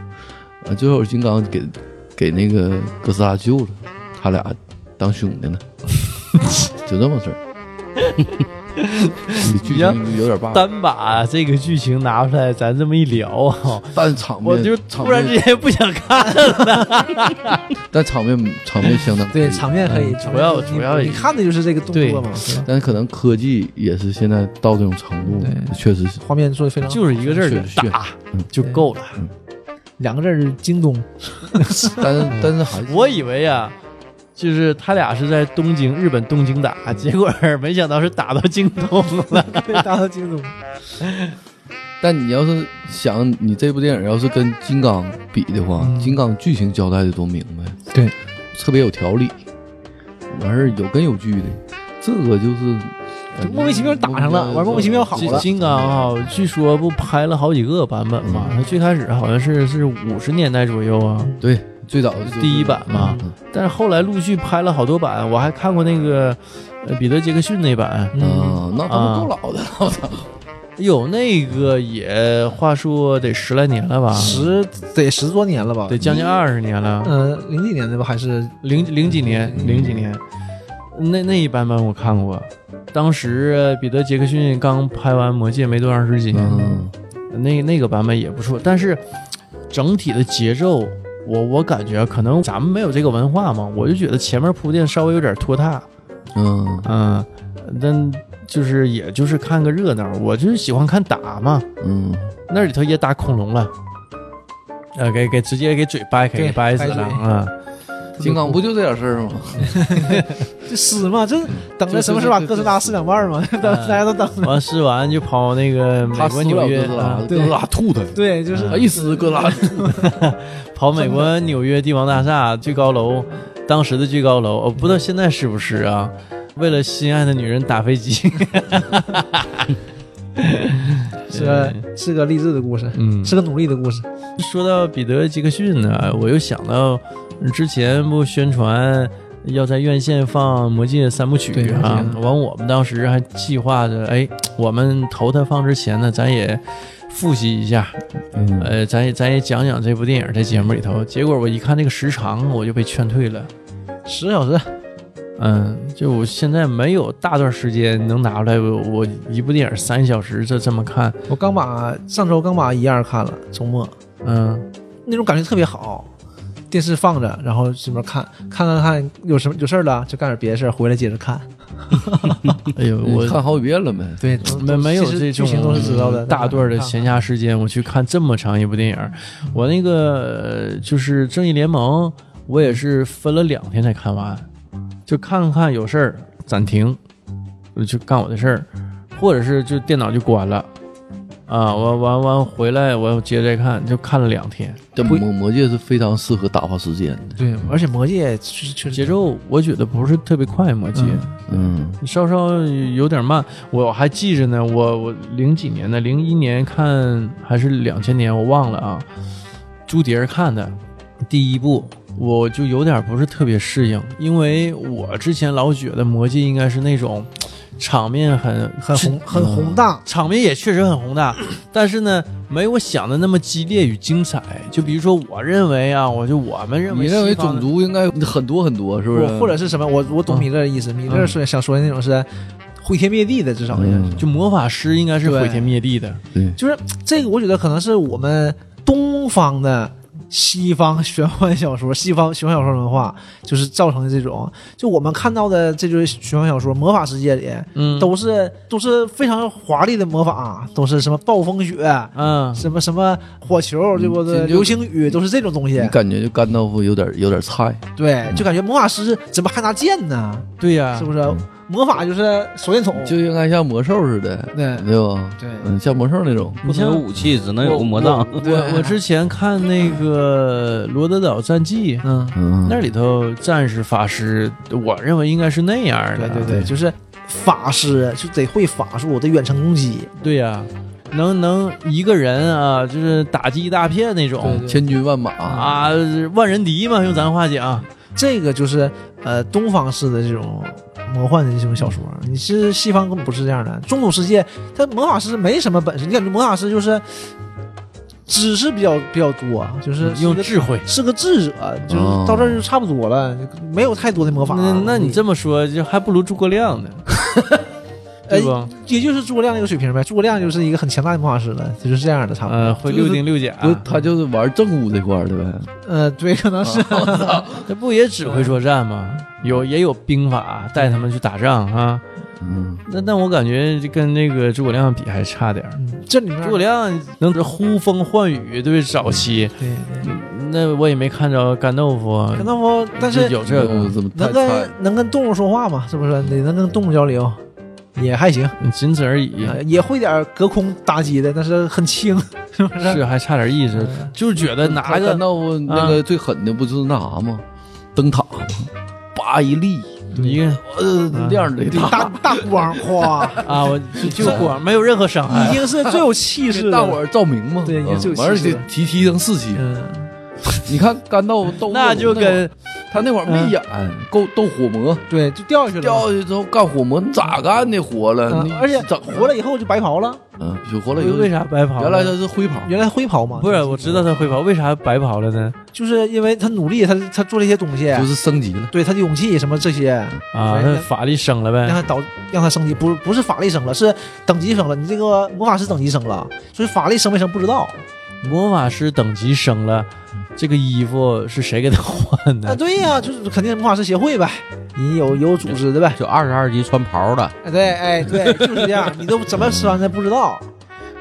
[SPEAKER 4] 啊，最后金刚给给那个哥斯拉救了，他俩当 兄弟了，就这么事儿。你剧情有点 bug，
[SPEAKER 1] 单把这个剧情拿出来，咱这么一聊啊，
[SPEAKER 4] 但场面
[SPEAKER 1] 我就
[SPEAKER 4] 场
[SPEAKER 1] 突然之
[SPEAKER 4] 面，
[SPEAKER 1] 间不想看了。
[SPEAKER 4] 但场面场面相当
[SPEAKER 2] 对，
[SPEAKER 4] 可以
[SPEAKER 2] 场面可以，
[SPEAKER 4] 嗯
[SPEAKER 2] 场面
[SPEAKER 1] 主要
[SPEAKER 2] 你
[SPEAKER 1] 主要
[SPEAKER 2] 你看的就是这个动
[SPEAKER 1] 对
[SPEAKER 2] 作嘛，对吧
[SPEAKER 4] 但可能科技也是现在到这种程度，确实是
[SPEAKER 2] 画面做的非常好，
[SPEAKER 1] 就是一个字儿
[SPEAKER 4] 是
[SPEAKER 1] 就打
[SPEAKER 4] 嗯
[SPEAKER 1] 就够了。
[SPEAKER 2] 两个字儿京 东，
[SPEAKER 4] 但是但是还是
[SPEAKER 1] 我以为啊，就是他俩是在东京日本东京打，结果没想到是打到京东 了。
[SPEAKER 2] 打到 京东，
[SPEAKER 4] 但你要是想，你这部电影要是跟《金刚》比的话，金刚》剧情交代的多明白，
[SPEAKER 2] 嗯对，
[SPEAKER 4] 特别有条理，完事儿有根有据的。这个就是
[SPEAKER 2] 就莫名其妙打上了玩莫名其妙好了
[SPEAKER 1] 金刚啊，据说不拍了好几个版本嘛？
[SPEAKER 4] 嗯
[SPEAKER 1] 最开始好像是是五十年代左右啊，
[SPEAKER 4] 对，最早就是
[SPEAKER 1] 第一版嘛
[SPEAKER 4] 嗯
[SPEAKER 1] 但是后来陆续拍了好多版，我还看过那个呃彼得杰克逊那版。
[SPEAKER 4] 嗯啊，那他
[SPEAKER 1] 啊
[SPEAKER 4] 们够老的了，我操！
[SPEAKER 1] 有哎那个也，话说得十来年了
[SPEAKER 2] 啊
[SPEAKER 1] 吧，
[SPEAKER 2] 十得十多年了吧？
[SPEAKER 1] 得将近二十年了，
[SPEAKER 2] 呃，零几年的吧，还是
[SPEAKER 1] 零零几年，零几年，那那一版本我看过，当时呃彼得杰克逊刚拍完《魔戒》没多长时间，
[SPEAKER 4] 嗯，
[SPEAKER 1] 那那个版本也不错，但是整体的节奏，我我感觉可能咱们没有这个文化嘛，我就觉得前面铺垫稍微有点拖沓，
[SPEAKER 4] 嗯
[SPEAKER 1] 嗯，但就是也就是看个热闹，我就是喜欢看打嘛，
[SPEAKER 4] 嗯，
[SPEAKER 1] 那里头也打恐龙了，呃，给给直接给嘴掰开，
[SPEAKER 2] 对
[SPEAKER 1] 给掰死
[SPEAKER 2] 掰
[SPEAKER 1] 了
[SPEAKER 2] 嘴
[SPEAKER 1] 啊！
[SPEAKER 4] 金刚不就这点事儿吗？
[SPEAKER 2] 就撕嘛，嗯就等着什么时候把哥斯拉撕两半儿嘛，等 大家都等着。
[SPEAKER 1] 完试完就跑那 个美
[SPEAKER 4] 他
[SPEAKER 1] 国
[SPEAKER 4] 撕
[SPEAKER 1] 纽
[SPEAKER 4] 了
[SPEAKER 1] 约
[SPEAKER 4] 哥斯，拉，
[SPEAKER 1] 啊
[SPEAKER 4] 哥斯拉吐他，
[SPEAKER 2] 对，就是
[SPEAKER 4] 他一撕哥斯拉
[SPEAKER 1] 跑美国纽约帝王大厦最高楼，当时的最高楼，我不知道现在是不是啊？为了心爱的女人打飞机，
[SPEAKER 2] 是个是个励志的故事，
[SPEAKER 1] 嗯
[SPEAKER 2] 是个努力的故事。
[SPEAKER 1] 说到彼得·杰克逊呢，我又想到之前不宣传要在院线放《魔戒》三部曲
[SPEAKER 2] 对
[SPEAKER 1] 啊
[SPEAKER 2] 魔戒，
[SPEAKER 1] 完我们当时还计划着，哎，我们投它放之前呢，咱也复习一下，
[SPEAKER 4] 嗯
[SPEAKER 1] 呃，咱也咱也讲讲这部电影在节目里头。结果我一看这个时长，我就被劝退了。
[SPEAKER 2] 十个小时，
[SPEAKER 1] 嗯，就我现在没有大段时间能拿出来，我我一部电影三小时这这么看，
[SPEAKER 2] 我刚把上周刚把一二看了，周末
[SPEAKER 1] 嗯，
[SPEAKER 2] 那种感觉特别好。电视放着，然后这边看，看看看，有什么有事儿了就干点别的事儿，回来接着看。
[SPEAKER 1] 哎呦，我
[SPEAKER 4] 看好几遍了呗。
[SPEAKER 2] 对，
[SPEAKER 1] 没没有
[SPEAKER 2] 其
[SPEAKER 1] 这
[SPEAKER 2] 实
[SPEAKER 1] 种嗯
[SPEAKER 2] 剧情都是知道的，
[SPEAKER 1] 大段的
[SPEAKER 2] 看
[SPEAKER 1] 闲暇时间，我去看这么长一部电影儿。我那个呃就是《正义联盟》，我也是分了两天才看完，就看看有事儿暂停，我就干我的事儿，或者是就电脑就关了，啊，完完完回来我接着看，就看了两天。
[SPEAKER 4] 这
[SPEAKER 2] 不
[SPEAKER 4] 魔魔戒是非常适合打发时间的，
[SPEAKER 2] 对，而且魔戒确实确实
[SPEAKER 1] 节奏我觉得不是特别快，魔戒、
[SPEAKER 4] 嗯，
[SPEAKER 1] 稍稍有点慢。我还记着呢，我我零几年的，零一年看还是两千年，我忘了啊。朱迪儿看的第一部，我就有点不是特别适应，因为我之前老觉得魔戒应该是那种场面很
[SPEAKER 2] 很
[SPEAKER 1] 宏。
[SPEAKER 2] 宏很宏大，
[SPEAKER 1] 场面也确实很宏大， 但是呢，没我想的那么激烈与精彩。就比如说，我认为啊，我就我们认为
[SPEAKER 4] 你认为
[SPEAKER 1] 西方
[SPEAKER 4] 种
[SPEAKER 1] 的
[SPEAKER 4] 族应该很多很多，是不是？
[SPEAKER 2] 我或者是什么？我我懂
[SPEAKER 1] 嗯
[SPEAKER 2] 米勒的意思，米勒
[SPEAKER 1] 嗯
[SPEAKER 2] 说想说的那种是毁天灭地的，至少是。
[SPEAKER 4] 嗯
[SPEAKER 1] 就魔法师应该是
[SPEAKER 2] 对
[SPEAKER 1] 毁天灭地的，
[SPEAKER 2] 就是这个，我觉得可能是我们东方的西方玄幻小说、西方玄幻小说文化，就是造成的这种，就我们看到的这就是玄幻小说，魔法世界里
[SPEAKER 1] 嗯，
[SPEAKER 2] 都是都是非常华丽的魔法，啊都是什么暴风雪，
[SPEAKER 1] 嗯，
[SPEAKER 2] 什么什么火球，对不对？
[SPEAKER 4] 这就
[SPEAKER 2] 流星雨都是这种东西
[SPEAKER 4] 你，感觉就甘道夫有点有点菜，
[SPEAKER 2] 对，就感觉魔法师怎么还拿剑呢？
[SPEAKER 1] 对呀、
[SPEAKER 2] 是不是？魔法就是手电筒，
[SPEAKER 4] 就应该像魔兽似的，
[SPEAKER 2] 对
[SPEAKER 4] 对吧？
[SPEAKER 2] 对
[SPEAKER 4] 嗯，像魔兽那种，
[SPEAKER 1] 你
[SPEAKER 5] 不能
[SPEAKER 1] 像
[SPEAKER 5] 有武器，只能有个魔杖。
[SPEAKER 1] 我我之前看那个《罗德岛战记》，嗯，
[SPEAKER 4] 嗯，
[SPEAKER 1] 那里头战士、法师，我认为应该是那样的。
[SPEAKER 2] 对对对，就是法师就得会法术，得远程攻击，
[SPEAKER 1] 对呀、能能一个人啊，就是打击一大片那种
[SPEAKER 4] 千军万马，
[SPEAKER 1] 啊，万人敌嘛，用咱话讲，
[SPEAKER 2] 这个就是呃东方式的这种魔幻的这种小说。你是西方根本不是这样的，中土世界他魔法师没什么本事，你感觉魔法师就是知识比较比较多，就是嗯是
[SPEAKER 1] 用
[SPEAKER 2] 个
[SPEAKER 1] 智慧。
[SPEAKER 2] 是个智者，就是
[SPEAKER 4] 哦
[SPEAKER 2] 到这儿就差不多了，没有太多的魔法。
[SPEAKER 1] 那那你这么说，就还不如诸葛亮呢，
[SPEAKER 2] 哎
[SPEAKER 1] 对吧？
[SPEAKER 2] 也就是诸葛亮那个水平呗，诸葛亮就是一个很强大的魔法师了，他就是这样的，差不多。
[SPEAKER 1] 呃，会六丁六甲，
[SPEAKER 4] 不，他就是玩正务这块儿的呗。
[SPEAKER 2] 呃，对，可能是、
[SPEAKER 1] 这不也只会作战吗？有也有兵法带他们去打仗啊。
[SPEAKER 4] 嗯，
[SPEAKER 1] 那但我感觉就跟那个诸葛亮比还差点儿。
[SPEAKER 2] 嗯这里面
[SPEAKER 1] 诸葛亮能呼风唤雨，对不对？早期
[SPEAKER 2] 对对
[SPEAKER 1] 那我也没看着甘豆腐，
[SPEAKER 2] 甘道夫，但是
[SPEAKER 1] 有这个
[SPEAKER 4] 怎么太
[SPEAKER 2] 能
[SPEAKER 4] 菜？
[SPEAKER 2] 跟能跟动物说话吗？是不是？你能跟动物交流，也还行，
[SPEAKER 1] 仅此而已，
[SPEAKER 2] 呃也会点隔空打击的，但是很轻，是不是？
[SPEAKER 1] 是还差点意
[SPEAKER 2] 哎
[SPEAKER 1] 思，就是觉得拿
[SPEAKER 4] 甘
[SPEAKER 1] 个
[SPEAKER 4] 道夫那
[SPEAKER 2] 啊
[SPEAKER 4] 个最狠的不就是那啥吗？灯塔，叭一立，
[SPEAKER 1] 一个
[SPEAKER 4] 呃，亮的
[SPEAKER 2] 啊大
[SPEAKER 4] 塔，
[SPEAKER 2] 大光，哗，
[SPEAKER 1] 啊，我 就就光没有任何伤
[SPEAKER 2] 已
[SPEAKER 1] 害，
[SPEAKER 2] 经是最有气势
[SPEAKER 4] 给
[SPEAKER 2] 的。
[SPEAKER 4] 大伙儿照明嘛。
[SPEAKER 2] 对
[SPEAKER 4] 嗯
[SPEAKER 2] 也是有
[SPEAKER 4] 完了
[SPEAKER 2] 气势
[SPEAKER 4] 就
[SPEAKER 2] 的
[SPEAKER 4] 提提升士气。
[SPEAKER 2] 嗯，
[SPEAKER 4] 你看甘道夫斗
[SPEAKER 1] 那就跟
[SPEAKER 4] 他那会儿
[SPEAKER 2] 嗯
[SPEAKER 4] 没演，够斗火魔。
[SPEAKER 2] 对，就掉下去了。
[SPEAKER 4] 掉下去之后干火魔，你咋干的活了？
[SPEAKER 2] 嗯
[SPEAKER 4] 你
[SPEAKER 2] 而且
[SPEAKER 4] 咋
[SPEAKER 2] 活了以后就白袍了，
[SPEAKER 4] 嗯，就活了以后
[SPEAKER 1] 为啥白袍呢？
[SPEAKER 4] 原来他是灰袍，
[SPEAKER 2] 原来灰袍嘛。
[SPEAKER 1] 不是，我知道他会跑，为啥白袍了呢？
[SPEAKER 2] 就是因为他努力，他他做了一些东西，
[SPEAKER 4] 就是升级了。
[SPEAKER 2] 对他的勇气什么这些，
[SPEAKER 1] 啊，
[SPEAKER 2] 对
[SPEAKER 1] 他法力升了
[SPEAKER 2] 让
[SPEAKER 1] 呗。
[SPEAKER 2] 他导让他升级，不是不是法力升了，是等级升了。你这个魔法师等级升了，所以法力升没升不知道。
[SPEAKER 1] 魔法师等级升了，这个衣服是谁给他换的？
[SPEAKER 2] 啊，对呀、就是肯定是魔法师协会呗，你有有组织的呗。
[SPEAKER 5] 就二十二级穿袍 的，
[SPEAKER 2] 哎，对，哎，对， 就是这样，你都怎么穿的不知道。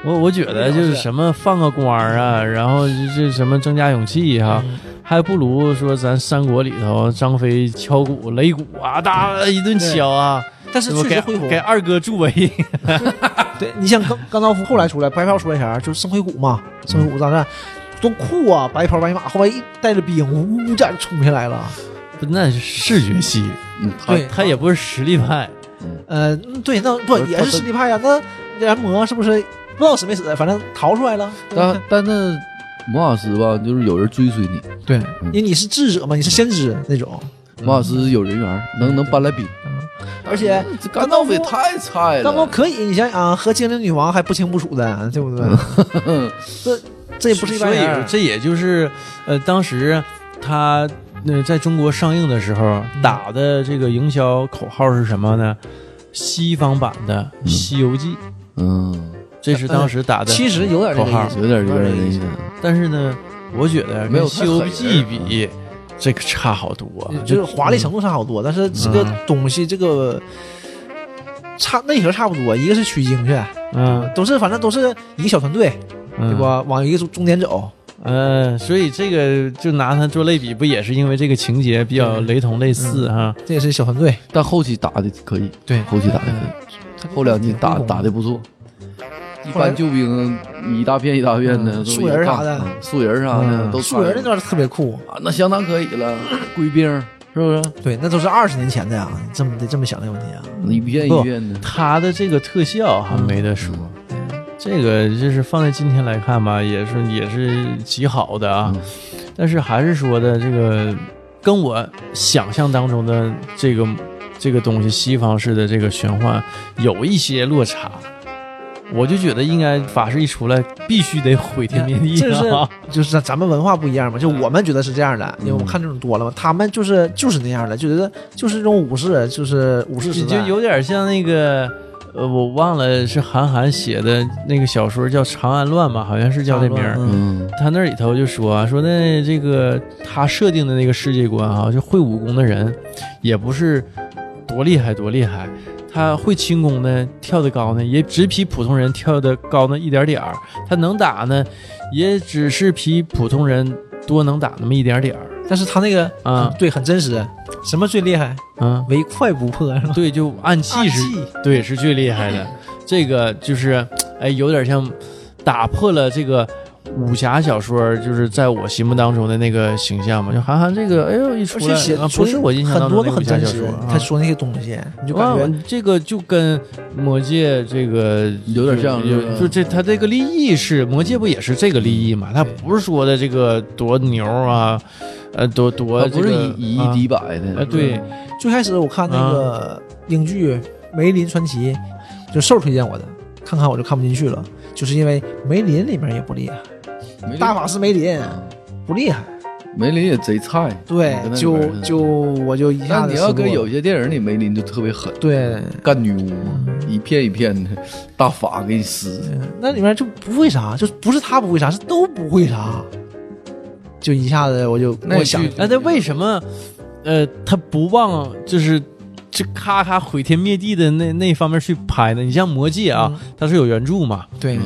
[SPEAKER 1] 我我觉
[SPEAKER 2] 哎
[SPEAKER 1] 得就是什么放个光儿啊，然后就是什么增加勇气哈、还不如说咱三国里头张飞敲鼓擂鼓啊，哒一顿敲啊，
[SPEAKER 2] 但是
[SPEAKER 1] 是不
[SPEAKER 2] 确
[SPEAKER 1] 给
[SPEAKER 2] 实恢复
[SPEAKER 1] 给。二哥助威，
[SPEAKER 2] 对你像甘甘道夫后来出来，白袍出来前儿就是圣盔谷嘛，圣盔谷大战多酷啊！白袍白马，后来一带着兵，呜呜战冲下来了。
[SPEAKER 1] 不那是视觉系，
[SPEAKER 4] 嗯，他
[SPEAKER 2] 对
[SPEAKER 1] 啊他也不是实力派。
[SPEAKER 2] 呃，嗯对，那不也是实力派呀、啊那燃魔是不是不知道死没死，反正逃出来了。
[SPEAKER 4] 但但是魔法师吧，就是有人追随你，
[SPEAKER 2] 对，因为你是智者嘛，你是先知那种。
[SPEAKER 4] 魔法师有人缘，能能搬来兵。
[SPEAKER 2] 而且
[SPEAKER 4] 这甘道夫也太菜
[SPEAKER 2] 当初
[SPEAKER 4] 了，
[SPEAKER 2] 可以，你想想啊，和精灵女王还不清不楚的，对不对？这这也不是一般
[SPEAKER 1] 所以
[SPEAKER 2] 人。
[SPEAKER 1] 这也就是，呃，当时他呃在中国上映的时候
[SPEAKER 2] 嗯
[SPEAKER 1] 打的这个营销口号是什么呢？西方版的《西游记》，
[SPEAKER 4] 嗯，
[SPEAKER 1] 这是当时打的。
[SPEAKER 2] 呃其实有点这个
[SPEAKER 1] 口
[SPEAKER 2] 意
[SPEAKER 1] 号
[SPEAKER 2] 思，
[SPEAKER 4] 有点有点那意思。
[SPEAKER 1] 但是呢，我觉得
[SPEAKER 4] 没
[SPEAKER 1] 跟
[SPEAKER 4] 有
[SPEAKER 1] 《西游
[SPEAKER 4] 太狠
[SPEAKER 1] 记》比，
[SPEAKER 2] 嗯
[SPEAKER 1] 这个差好多。啊
[SPEAKER 2] 就是华丽程度差好多，但是这个东西这个差内核差不多，一个是取经去，
[SPEAKER 1] 嗯，
[SPEAKER 2] 都是反正都是一个小团队，
[SPEAKER 1] 嗯
[SPEAKER 2] 对？吧？往一个终终点走，
[SPEAKER 1] 嗯，所以这个就拿它做类比，不也是因为这个情节比较雷同类似哈？啊
[SPEAKER 2] 嗯这也是小团队。
[SPEAKER 4] 但后期打的可以，
[SPEAKER 2] 对
[SPEAKER 4] 后期打的可以。后两年打打的不错。一般救兵一大片一大片的，
[SPEAKER 2] 嗯
[SPEAKER 4] 都
[SPEAKER 2] 树人啥的
[SPEAKER 4] 嗯树人啥的
[SPEAKER 2] 嗯
[SPEAKER 4] 都
[SPEAKER 2] 树人那
[SPEAKER 4] 穿
[SPEAKER 2] 段特别酷，
[SPEAKER 4] 啊，那相当可以 了。龟兵是不是？
[SPEAKER 2] 对，那都是二十年前的呀，你这么得这么想这个问题啊？
[SPEAKER 4] 一片一片的，
[SPEAKER 1] 它的这个特效还没得说。
[SPEAKER 2] 嗯
[SPEAKER 1] 这个就是放在今天来看吧，也是也是极好的
[SPEAKER 2] 嗯
[SPEAKER 1] 啊，但是还是说的这个跟我想象当中的这个这个东西，西方式的这个玄幻有一些落差，我就觉得应该法师一出来必须得毁天灭地
[SPEAKER 2] 这是
[SPEAKER 1] 啊，
[SPEAKER 2] 就是咱咱们文化不一样
[SPEAKER 1] 嗯
[SPEAKER 2] 嘛，就我们觉得是这样的，因为我们看这种多了嘛，他们就是就是那样的，就觉得就是这种武士，就是武士时
[SPEAKER 1] 你就
[SPEAKER 2] 代，
[SPEAKER 1] 有点像那个。呃，我忘了是韩寒写的那个小说叫《长安乱》吧，好像是叫这名儿。
[SPEAKER 2] 嗯
[SPEAKER 4] 嗯，
[SPEAKER 1] 他那里头就说啊，说那这个他设定的那个世界观哈、就会武功的人，也不是多厉害多厉害，他会轻功呢，跳得高呢，也只比普通人跳得高那一点点儿，他能打呢，也只是比普通人多能打那么一点点儿
[SPEAKER 2] 但是他那个
[SPEAKER 1] 啊
[SPEAKER 2] 对很真实，什么最厉害？
[SPEAKER 1] 啊，
[SPEAKER 2] 唯快不破是吧？
[SPEAKER 1] 对，就暗器是，对，是最厉害的，这个就是哎，有点像打破了这个武侠小说，就是在我心目当中的那个形象嘛。就韩寒这个，哎呦，一
[SPEAKER 2] 而
[SPEAKER 1] 出
[SPEAKER 2] 且
[SPEAKER 1] 来
[SPEAKER 2] 写
[SPEAKER 1] 啊不是我印象
[SPEAKER 2] 很
[SPEAKER 1] 当
[SPEAKER 2] 多
[SPEAKER 1] 中的武
[SPEAKER 2] 都很
[SPEAKER 1] 侠
[SPEAKER 2] 真
[SPEAKER 1] 小
[SPEAKER 2] 实
[SPEAKER 1] 说，，
[SPEAKER 2] 他
[SPEAKER 1] 啊
[SPEAKER 2] 说那些东西，你就感
[SPEAKER 1] 哇
[SPEAKER 2] 觉
[SPEAKER 1] 这个就跟《魔戒》这个
[SPEAKER 4] 有点像
[SPEAKER 1] 就是
[SPEAKER 4] 吧
[SPEAKER 1] 就这他这个立意是《魔戒》不也是这个立意嘛？他不是说的这个多牛啊，呃，多多
[SPEAKER 2] 啊
[SPEAKER 4] 它
[SPEAKER 1] 这
[SPEAKER 4] 啊不
[SPEAKER 1] 个、
[SPEAKER 4] 是以以一敌百
[SPEAKER 1] 啊，呃
[SPEAKER 4] 的，
[SPEAKER 1] 对，
[SPEAKER 2] 最开始我看那
[SPEAKER 1] 啊
[SPEAKER 2] 个英剧《梅林传奇》，就瘦儿推荐我的，看看我就看不进去了，就是因为梅林里面也不厉害，
[SPEAKER 4] 梅
[SPEAKER 2] 大法师梅林不厉害，
[SPEAKER 4] 梅林也贼菜，
[SPEAKER 2] 对
[SPEAKER 4] 跟，那里边
[SPEAKER 2] 就
[SPEAKER 4] 似的
[SPEAKER 2] 就我就一下
[SPEAKER 4] 但
[SPEAKER 2] 子
[SPEAKER 4] 你
[SPEAKER 2] 失
[SPEAKER 4] 要
[SPEAKER 2] 落
[SPEAKER 4] 跟
[SPEAKER 2] 了
[SPEAKER 4] 有些电影里梅林就特别狠，
[SPEAKER 2] 啊对，
[SPEAKER 4] 干女巫嘛，一片一片的，大法给你撕。
[SPEAKER 2] 嗯那里面就不会啥，就不是他不会啥，是都不会啥，就一下子我就
[SPEAKER 4] 那
[SPEAKER 2] 我想
[SPEAKER 4] 剧
[SPEAKER 1] 哎，那为什么，呃，他不往就是这咔咔毁天灭地的那那方面去拍呢？你像《魔戒》啊，它是有原著嘛，
[SPEAKER 2] 嗯对，
[SPEAKER 4] 嗯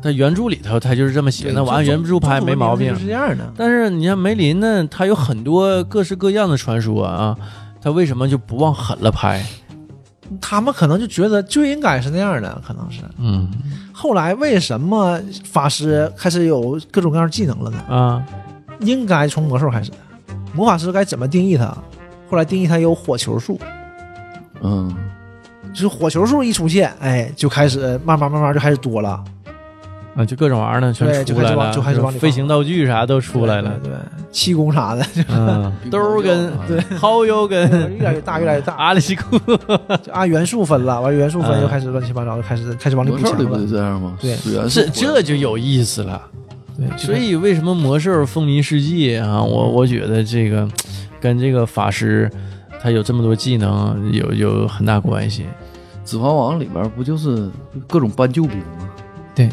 [SPEAKER 1] 它原著里头它就是这么写，
[SPEAKER 2] 对
[SPEAKER 1] 那完
[SPEAKER 2] 就
[SPEAKER 1] 了原著拍
[SPEAKER 2] 中
[SPEAKER 1] 没
[SPEAKER 2] 国
[SPEAKER 1] 毛
[SPEAKER 2] 名
[SPEAKER 1] 病
[SPEAKER 2] 字就。是这样的。
[SPEAKER 1] 但是你像梅林呢，他有很多各式各样的传说啊，他为什么就不往狠了拍？
[SPEAKER 2] 他们可能就觉得就应该是那样的，可能是。
[SPEAKER 1] 嗯
[SPEAKER 2] 后来为什么法师开始有各种各样的技能了呢？
[SPEAKER 1] 啊，
[SPEAKER 2] 应该从魔兽开始的，魔法师该怎么定义它？后来定义它有火球术，
[SPEAKER 4] 嗯，
[SPEAKER 2] 就是火球术一出现，哎，就开始慢慢慢慢就开始多了，
[SPEAKER 1] 啊，就各种玩意儿呢，全
[SPEAKER 2] 对
[SPEAKER 1] 出来
[SPEAKER 2] 就开始
[SPEAKER 1] 了，
[SPEAKER 2] 往就开始往里放
[SPEAKER 1] 飞行道具啥都出来了，
[SPEAKER 2] 对对，气功 啥的，
[SPEAKER 1] 嗯，兜儿跟
[SPEAKER 4] 对，
[SPEAKER 1] 薅油跟
[SPEAKER 2] 越来越大，越来越大，
[SPEAKER 1] 阿里西 库，
[SPEAKER 2] 就按元素分了，完元素分
[SPEAKER 1] 嗯
[SPEAKER 2] 又开始乱七八糟，就开始开始往里
[SPEAKER 4] 魔
[SPEAKER 2] 补
[SPEAKER 4] 兽
[SPEAKER 2] 强
[SPEAKER 4] 里不就
[SPEAKER 2] 了，
[SPEAKER 4] 这样吗？
[SPEAKER 2] 对
[SPEAKER 4] 水源
[SPEAKER 1] 这
[SPEAKER 4] 是
[SPEAKER 1] 这就有意思了。
[SPEAKER 2] 对，就
[SPEAKER 1] 所以为什么魔兽风靡世界啊？我我觉得这个跟这个法师他有这么多技能有有很大关系。
[SPEAKER 4] 指环王里边不就是各种搬救兵吗？
[SPEAKER 2] 对，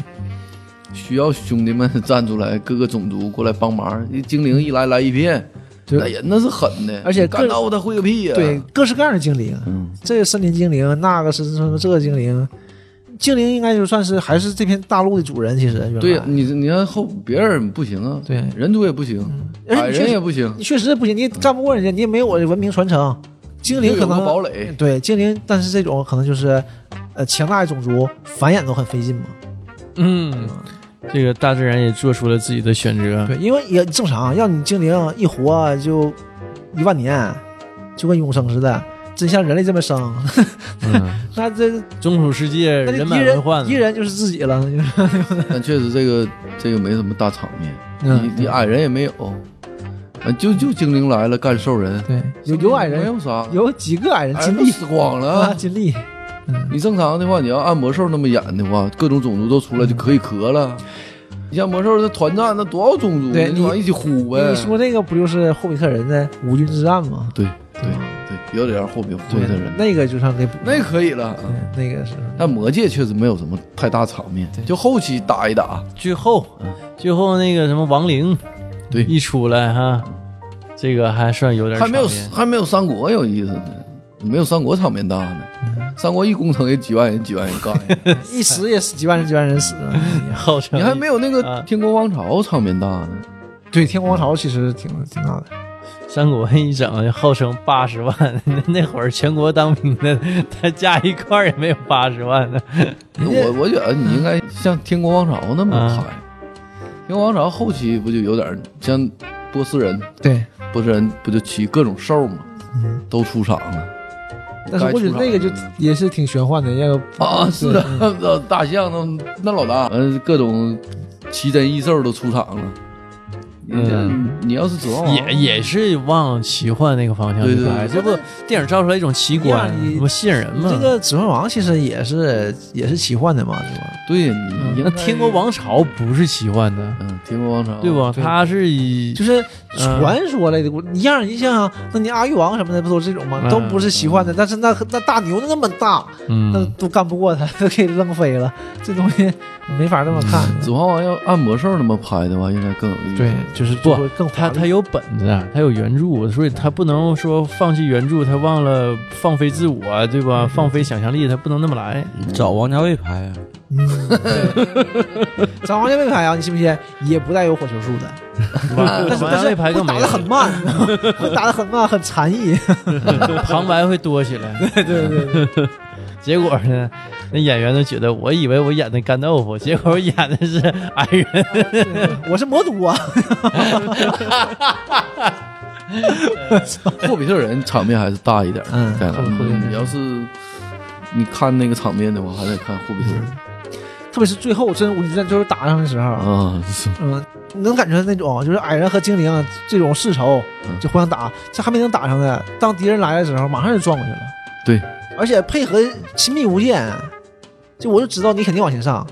[SPEAKER 4] 需要兄弟们站出来，各个种族过来帮忙。一精灵一来来一片，
[SPEAKER 2] 对
[SPEAKER 4] 那人那是狠的，
[SPEAKER 2] 而且
[SPEAKER 4] 干
[SPEAKER 2] 各
[SPEAKER 4] 到他会个屁呀！
[SPEAKER 2] 对，各式各样的精灵，
[SPEAKER 4] 嗯，
[SPEAKER 2] 这个森林精灵，那个是什么这个精灵，精灵应该就算是还是这片大陆的主人，其实原来
[SPEAKER 4] 对呀，你你看后别人不行啊，
[SPEAKER 2] 对
[SPEAKER 4] 人族也不行，
[SPEAKER 2] 而且
[SPEAKER 4] 矮
[SPEAKER 2] 你确
[SPEAKER 4] 人也
[SPEAKER 2] 实
[SPEAKER 4] 不行，
[SPEAKER 2] 你确实不行，你也干不过人家，你也没有我的文明传承，精灵可
[SPEAKER 4] 有个
[SPEAKER 2] 能
[SPEAKER 4] 堡垒，
[SPEAKER 2] 对精灵，但是这种可能就是，呃，强大的种族繁衍都很费劲嘛。
[SPEAKER 1] 嗯，这个大自然也做出了自己的选择。
[SPEAKER 2] 对，因为也正常，要你精灵一活啊就一万年，就跟永生似的。真像人类这么生，
[SPEAKER 1] 嗯，
[SPEAKER 2] 那这
[SPEAKER 1] 中土世界
[SPEAKER 2] 那
[SPEAKER 1] 人
[SPEAKER 2] 敌
[SPEAKER 1] 满为
[SPEAKER 2] 人
[SPEAKER 1] 患啊了
[SPEAKER 2] 敌人就是自己了，那就是
[SPEAKER 4] 但确实这个这个没什么大场面，
[SPEAKER 2] 嗯
[SPEAKER 4] 你你矮人也没有，啊，就就精灵来了干兽人，
[SPEAKER 2] 对， 有有矮
[SPEAKER 4] 没
[SPEAKER 2] 人，
[SPEAKER 4] 有啥，
[SPEAKER 2] 有几个矮人
[SPEAKER 4] 矮
[SPEAKER 2] 尽
[SPEAKER 4] 哎人都
[SPEAKER 2] 力
[SPEAKER 4] 死光
[SPEAKER 2] 啊，
[SPEAKER 4] 了。
[SPEAKER 2] 尽力，
[SPEAKER 4] 你正常的话，你要按魔兽那么演的话，各种种族都出来就可以磕了。你像魔兽这团战，那多少种族
[SPEAKER 2] 嗯
[SPEAKER 4] 呢，
[SPEAKER 2] 对
[SPEAKER 4] 你
[SPEAKER 2] 你
[SPEAKER 4] 往一起呼呗。
[SPEAKER 2] 你说这个不就是霍比特人的五军之战吗？
[SPEAKER 4] 对对对，有点儿霍比霍比特人，
[SPEAKER 2] 那嗯个就算给补
[SPEAKER 4] 那可以了。
[SPEAKER 2] 那个是
[SPEAKER 4] 但魔界确实没有什么太大场面，就后期打一打，
[SPEAKER 1] 最后最后那个什么亡灵，
[SPEAKER 4] 对
[SPEAKER 1] 一出来哈，这个还算有点
[SPEAKER 4] 还没有
[SPEAKER 1] 场面
[SPEAKER 4] 还没有三国有意思呢，没有三国场面大呢。
[SPEAKER 2] 嗯
[SPEAKER 4] 三国一攻城也几万人几万人干呀，
[SPEAKER 2] 一死也死几万人，几万人死。
[SPEAKER 1] 号称
[SPEAKER 4] 你还没有那
[SPEAKER 1] 啊
[SPEAKER 4] 个天国王朝场面大呢。
[SPEAKER 2] 对，天国王朝其实挺挺大的，
[SPEAKER 1] 三谷文一整号称八十万， 那那会儿全国当兵的， 他加一块儿也没有八十万的。
[SPEAKER 4] 我我觉得你
[SPEAKER 2] 嗯
[SPEAKER 4] 应该像天国王朝那么
[SPEAKER 1] 啊
[SPEAKER 4] 开。天国王朝后期不就有点像波斯人，
[SPEAKER 2] 对，
[SPEAKER 4] 波斯人不就骑各种兽吗？
[SPEAKER 2] 嗯
[SPEAKER 4] 都出场了。
[SPEAKER 2] 但是我觉得那个就
[SPEAKER 4] 该出场了
[SPEAKER 2] 也是挺玄幻的，要
[SPEAKER 4] 啊，是的，大象那那老大，嗯，各种奇珍异兽都出场了。
[SPEAKER 1] 嗯
[SPEAKER 4] 你，你要是指望
[SPEAKER 2] 哦
[SPEAKER 1] 也也是往奇幻那个方向去
[SPEAKER 4] 对对
[SPEAKER 1] 拍，
[SPEAKER 4] 对
[SPEAKER 1] 这不电影造出来一种奇观
[SPEAKER 2] 哎呀，你
[SPEAKER 1] 不吸引人吗？
[SPEAKER 2] 这个《指环王》其实也是也是奇幻的嘛，是吧？
[SPEAKER 4] 对，
[SPEAKER 2] 嗯
[SPEAKER 4] 你
[SPEAKER 1] 那
[SPEAKER 4] 应该
[SPEAKER 1] 天国，王朝不是奇幻的，
[SPEAKER 4] 嗯，天国王朝，
[SPEAKER 1] 对不？
[SPEAKER 2] 哦对
[SPEAKER 1] 它是以
[SPEAKER 2] 就是
[SPEAKER 1] 嗯
[SPEAKER 2] 传说类的故事，你像你像那你阿育王什么的，不都是这种吗？
[SPEAKER 1] 嗯
[SPEAKER 2] 都不是奇幻的，但是那那大牛那么大，那
[SPEAKER 1] 嗯，
[SPEAKER 2] 都干不过他，都给扔飞了， 这东西没法这么看。
[SPEAKER 1] 嗯
[SPEAKER 4] 指环王要按魔兽那么拍的话，应该更有意思。
[SPEAKER 2] 对，就是
[SPEAKER 1] 不
[SPEAKER 2] 就会更
[SPEAKER 1] 它
[SPEAKER 2] 华
[SPEAKER 1] 它
[SPEAKER 2] 丽。
[SPEAKER 1] 有本子啊，它有原著，所以它不能说放弃原著，它忘了放飞自我啊，对
[SPEAKER 2] 嗯
[SPEAKER 1] 吧？放飞想象力，它不能那么 来。
[SPEAKER 5] 找王家卫拍啊，
[SPEAKER 2] 咱王家卫拍啊，你信不信？也不带有火球术的，但是
[SPEAKER 1] 王家
[SPEAKER 2] 但
[SPEAKER 1] 卫
[SPEAKER 2] 是
[SPEAKER 1] 拍
[SPEAKER 2] 会
[SPEAKER 1] 更没
[SPEAKER 2] 打的很
[SPEAKER 1] 有，
[SPEAKER 2] 慢， 会打的很慢，很禅意。
[SPEAKER 1] 旁白会多起来。对对对。 结果呢，那演员都觉得，我以为我演的干豆腐，结果我演的是矮人。
[SPEAKER 2] 我是魔都啊，
[SPEAKER 4] 霍比特人场面还是大一点 儿。
[SPEAKER 2] 嗯
[SPEAKER 4] 该来
[SPEAKER 2] 霍比特人
[SPEAKER 4] 你要是你看那个场面的话，还得看霍比特人
[SPEAKER 2] 特别是最后真无敌战最后打上的时候，
[SPEAKER 4] 啊，是
[SPEAKER 2] 嗯，你能感觉到那种就是矮人和精灵啊这种世仇
[SPEAKER 4] 嗯
[SPEAKER 2] 就互相打，这还没能打上呢，当敌人来的时候，马上就撞过去了。
[SPEAKER 4] 对，
[SPEAKER 2] 而且配合亲密无间，就我就知道你肯定往前上。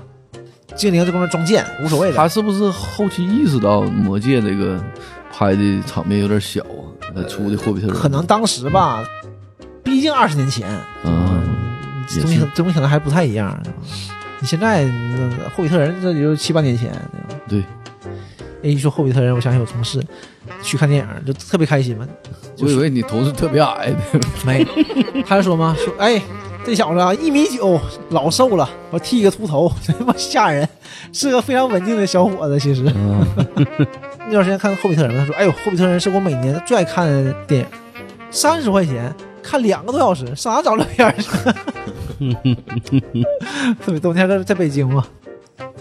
[SPEAKER 2] 精灵就跟那装剑，无所谓的。
[SPEAKER 4] 他是不是后期意识到魔界这个拍的场面有点小啊？他出的霍比特人
[SPEAKER 2] 可能当时吧，毕竟二十年前，
[SPEAKER 4] 啊，也
[SPEAKER 2] 东西
[SPEAKER 4] 是
[SPEAKER 2] 东西可能还不太一样。对吧你现在那《霍比特人》这也就七八年前，对吧？
[SPEAKER 4] 对。
[SPEAKER 2] 哎，一说《霍比特人》，我想起我同事去看电影，就特别开心嘛。
[SPEAKER 4] 我以为你头是特别矮的，
[SPEAKER 2] 没，他就说嘛，说哎，这小子啊，一米九，老瘦了，我剃个秃头， 他妈吓人，是个非常文静的小伙子。其实 那段时间看《霍比特人》，他说，哎呦，《霍比特人》是我每年最爱看的电影，三十块钱看两个多小时，上哪找这片儿去？ 特别逗，你看在在北京嘛，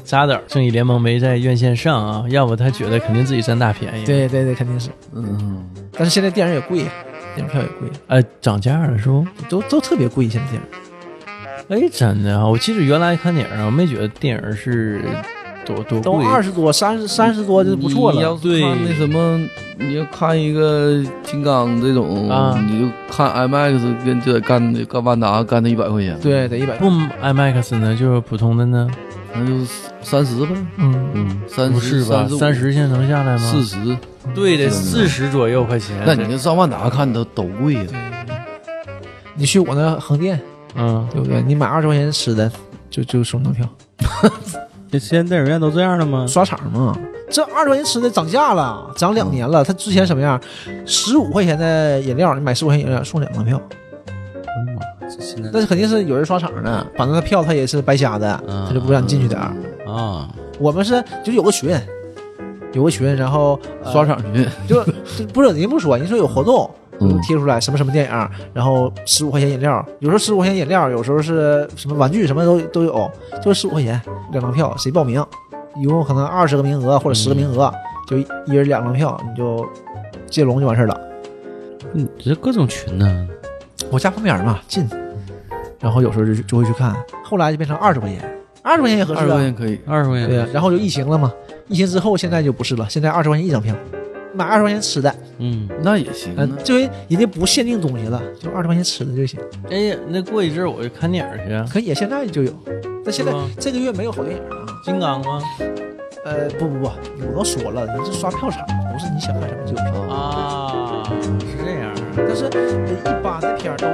[SPEAKER 1] 扎导《正义联盟》没在院线上啊，要不他觉得肯定自己占大便宜。，
[SPEAKER 2] 对对对，肯定是。
[SPEAKER 4] 嗯，
[SPEAKER 2] 但是现在电影也贵，电影票也贵，
[SPEAKER 1] 呃，涨价了是不？
[SPEAKER 2] 都都特别贵，现在电影。
[SPEAKER 1] 哎，真的啊！我记得原来看电影啊，我没觉得电影是多多
[SPEAKER 2] 都
[SPEAKER 1] 贵，
[SPEAKER 2] 二十多、三十、三十多哦就不错
[SPEAKER 4] 你
[SPEAKER 2] 了
[SPEAKER 4] 要。是看那什么，你要看一个金刚这种，
[SPEAKER 1] 啊
[SPEAKER 4] 你就看 IMAX 跟这干干万达干的一百块钱，，
[SPEAKER 2] 对，得一百。
[SPEAKER 1] 不 IMAX 呢，就是普通的呢，
[SPEAKER 4] 那就三十呗，
[SPEAKER 2] 嗯，
[SPEAKER 1] 嗯，
[SPEAKER 4] 三
[SPEAKER 1] 不
[SPEAKER 4] 十
[SPEAKER 1] 是吧？三
[SPEAKER 4] 三
[SPEAKER 1] 十现在能下来吗？
[SPEAKER 4] 四十，
[SPEAKER 1] 对的，四十左右块钱。
[SPEAKER 4] 那你就上万达看的都贵呀，
[SPEAKER 2] 你去我那横店，
[SPEAKER 1] 嗯，
[SPEAKER 2] 对不对？你买二十块钱吃的，就就送赠票，
[SPEAKER 5] 这现在电影院都这样了吗？
[SPEAKER 2] 刷场嘛。这二十块钱吃的涨价了，涨两年了。它之前什么样？十五块钱的饮料，你买十五块钱饮料送两张票，
[SPEAKER 5] 现在
[SPEAKER 2] 那是肯定是有人刷场的，反正他票他也是白瞎的，
[SPEAKER 5] 嗯
[SPEAKER 2] 他就不让你进去点儿。
[SPEAKER 5] 啊，
[SPEAKER 2] 我们是就有个群，有个群，然后、
[SPEAKER 5] 嗯
[SPEAKER 2] 呃
[SPEAKER 4] 刷场去，
[SPEAKER 2] 就就不是人家不说，人家说有活动，
[SPEAKER 4] 嗯
[SPEAKER 2] 贴出来什么什么电影，然后十五块钱饮料，有时候十五块钱饮料，有时候是什么玩具什么都都有，就是十五块钱两张票，谁报名，一共可能二十个名额或者十个名额，就一人两张票，你就接龙就完事儿了。
[SPEAKER 5] 嗯，这各种群呢，
[SPEAKER 2] 我家旁边嘛，近，然后有时候就就会去看，后来就变成二十块钱，二十块钱也合
[SPEAKER 4] 二
[SPEAKER 2] 适
[SPEAKER 4] 十块
[SPEAKER 2] 啊，
[SPEAKER 4] 钱可以，
[SPEAKER 5] 二十块
[SPEAKER 2] 对呀
[SPEAKER 5] 钱，，
[SPEAKER 2] 然后就疫情了嘛，疫情之后现在就不是了，现在二十块钱一张票，买二十块钱吃的。
[SPEAKER 5] 嗯，
[SPEAKER 4] 那也行啊
[SPEAKER 2] 嗯，，这回人家不限定东西了，就二十块钱吃的就行。
[SPEAKER 1] 哎呀，那过一阵儿我就看电影去啊。
[SPEAKER 2] 可以，现在就有，但现在
[SPEAKER 1] 是吗
[SPEAKER 2] 这个月没有好电影啊。
[SPEAKER 1] 金刚吗？
[SPEAKER 2] 呃，不不不，我都说了，你是刷票场，不是你想看什么就有什么。
[SPEAKER 1] 啊，是这样啊。
[SPEAKER 2] 但是呃一般的片儿都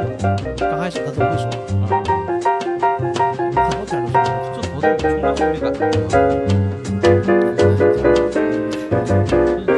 [SPEAKER 2] 刚开始他都会说，很多片儿都说。
[SPEAKER 5] 这活动我从来没感觉过。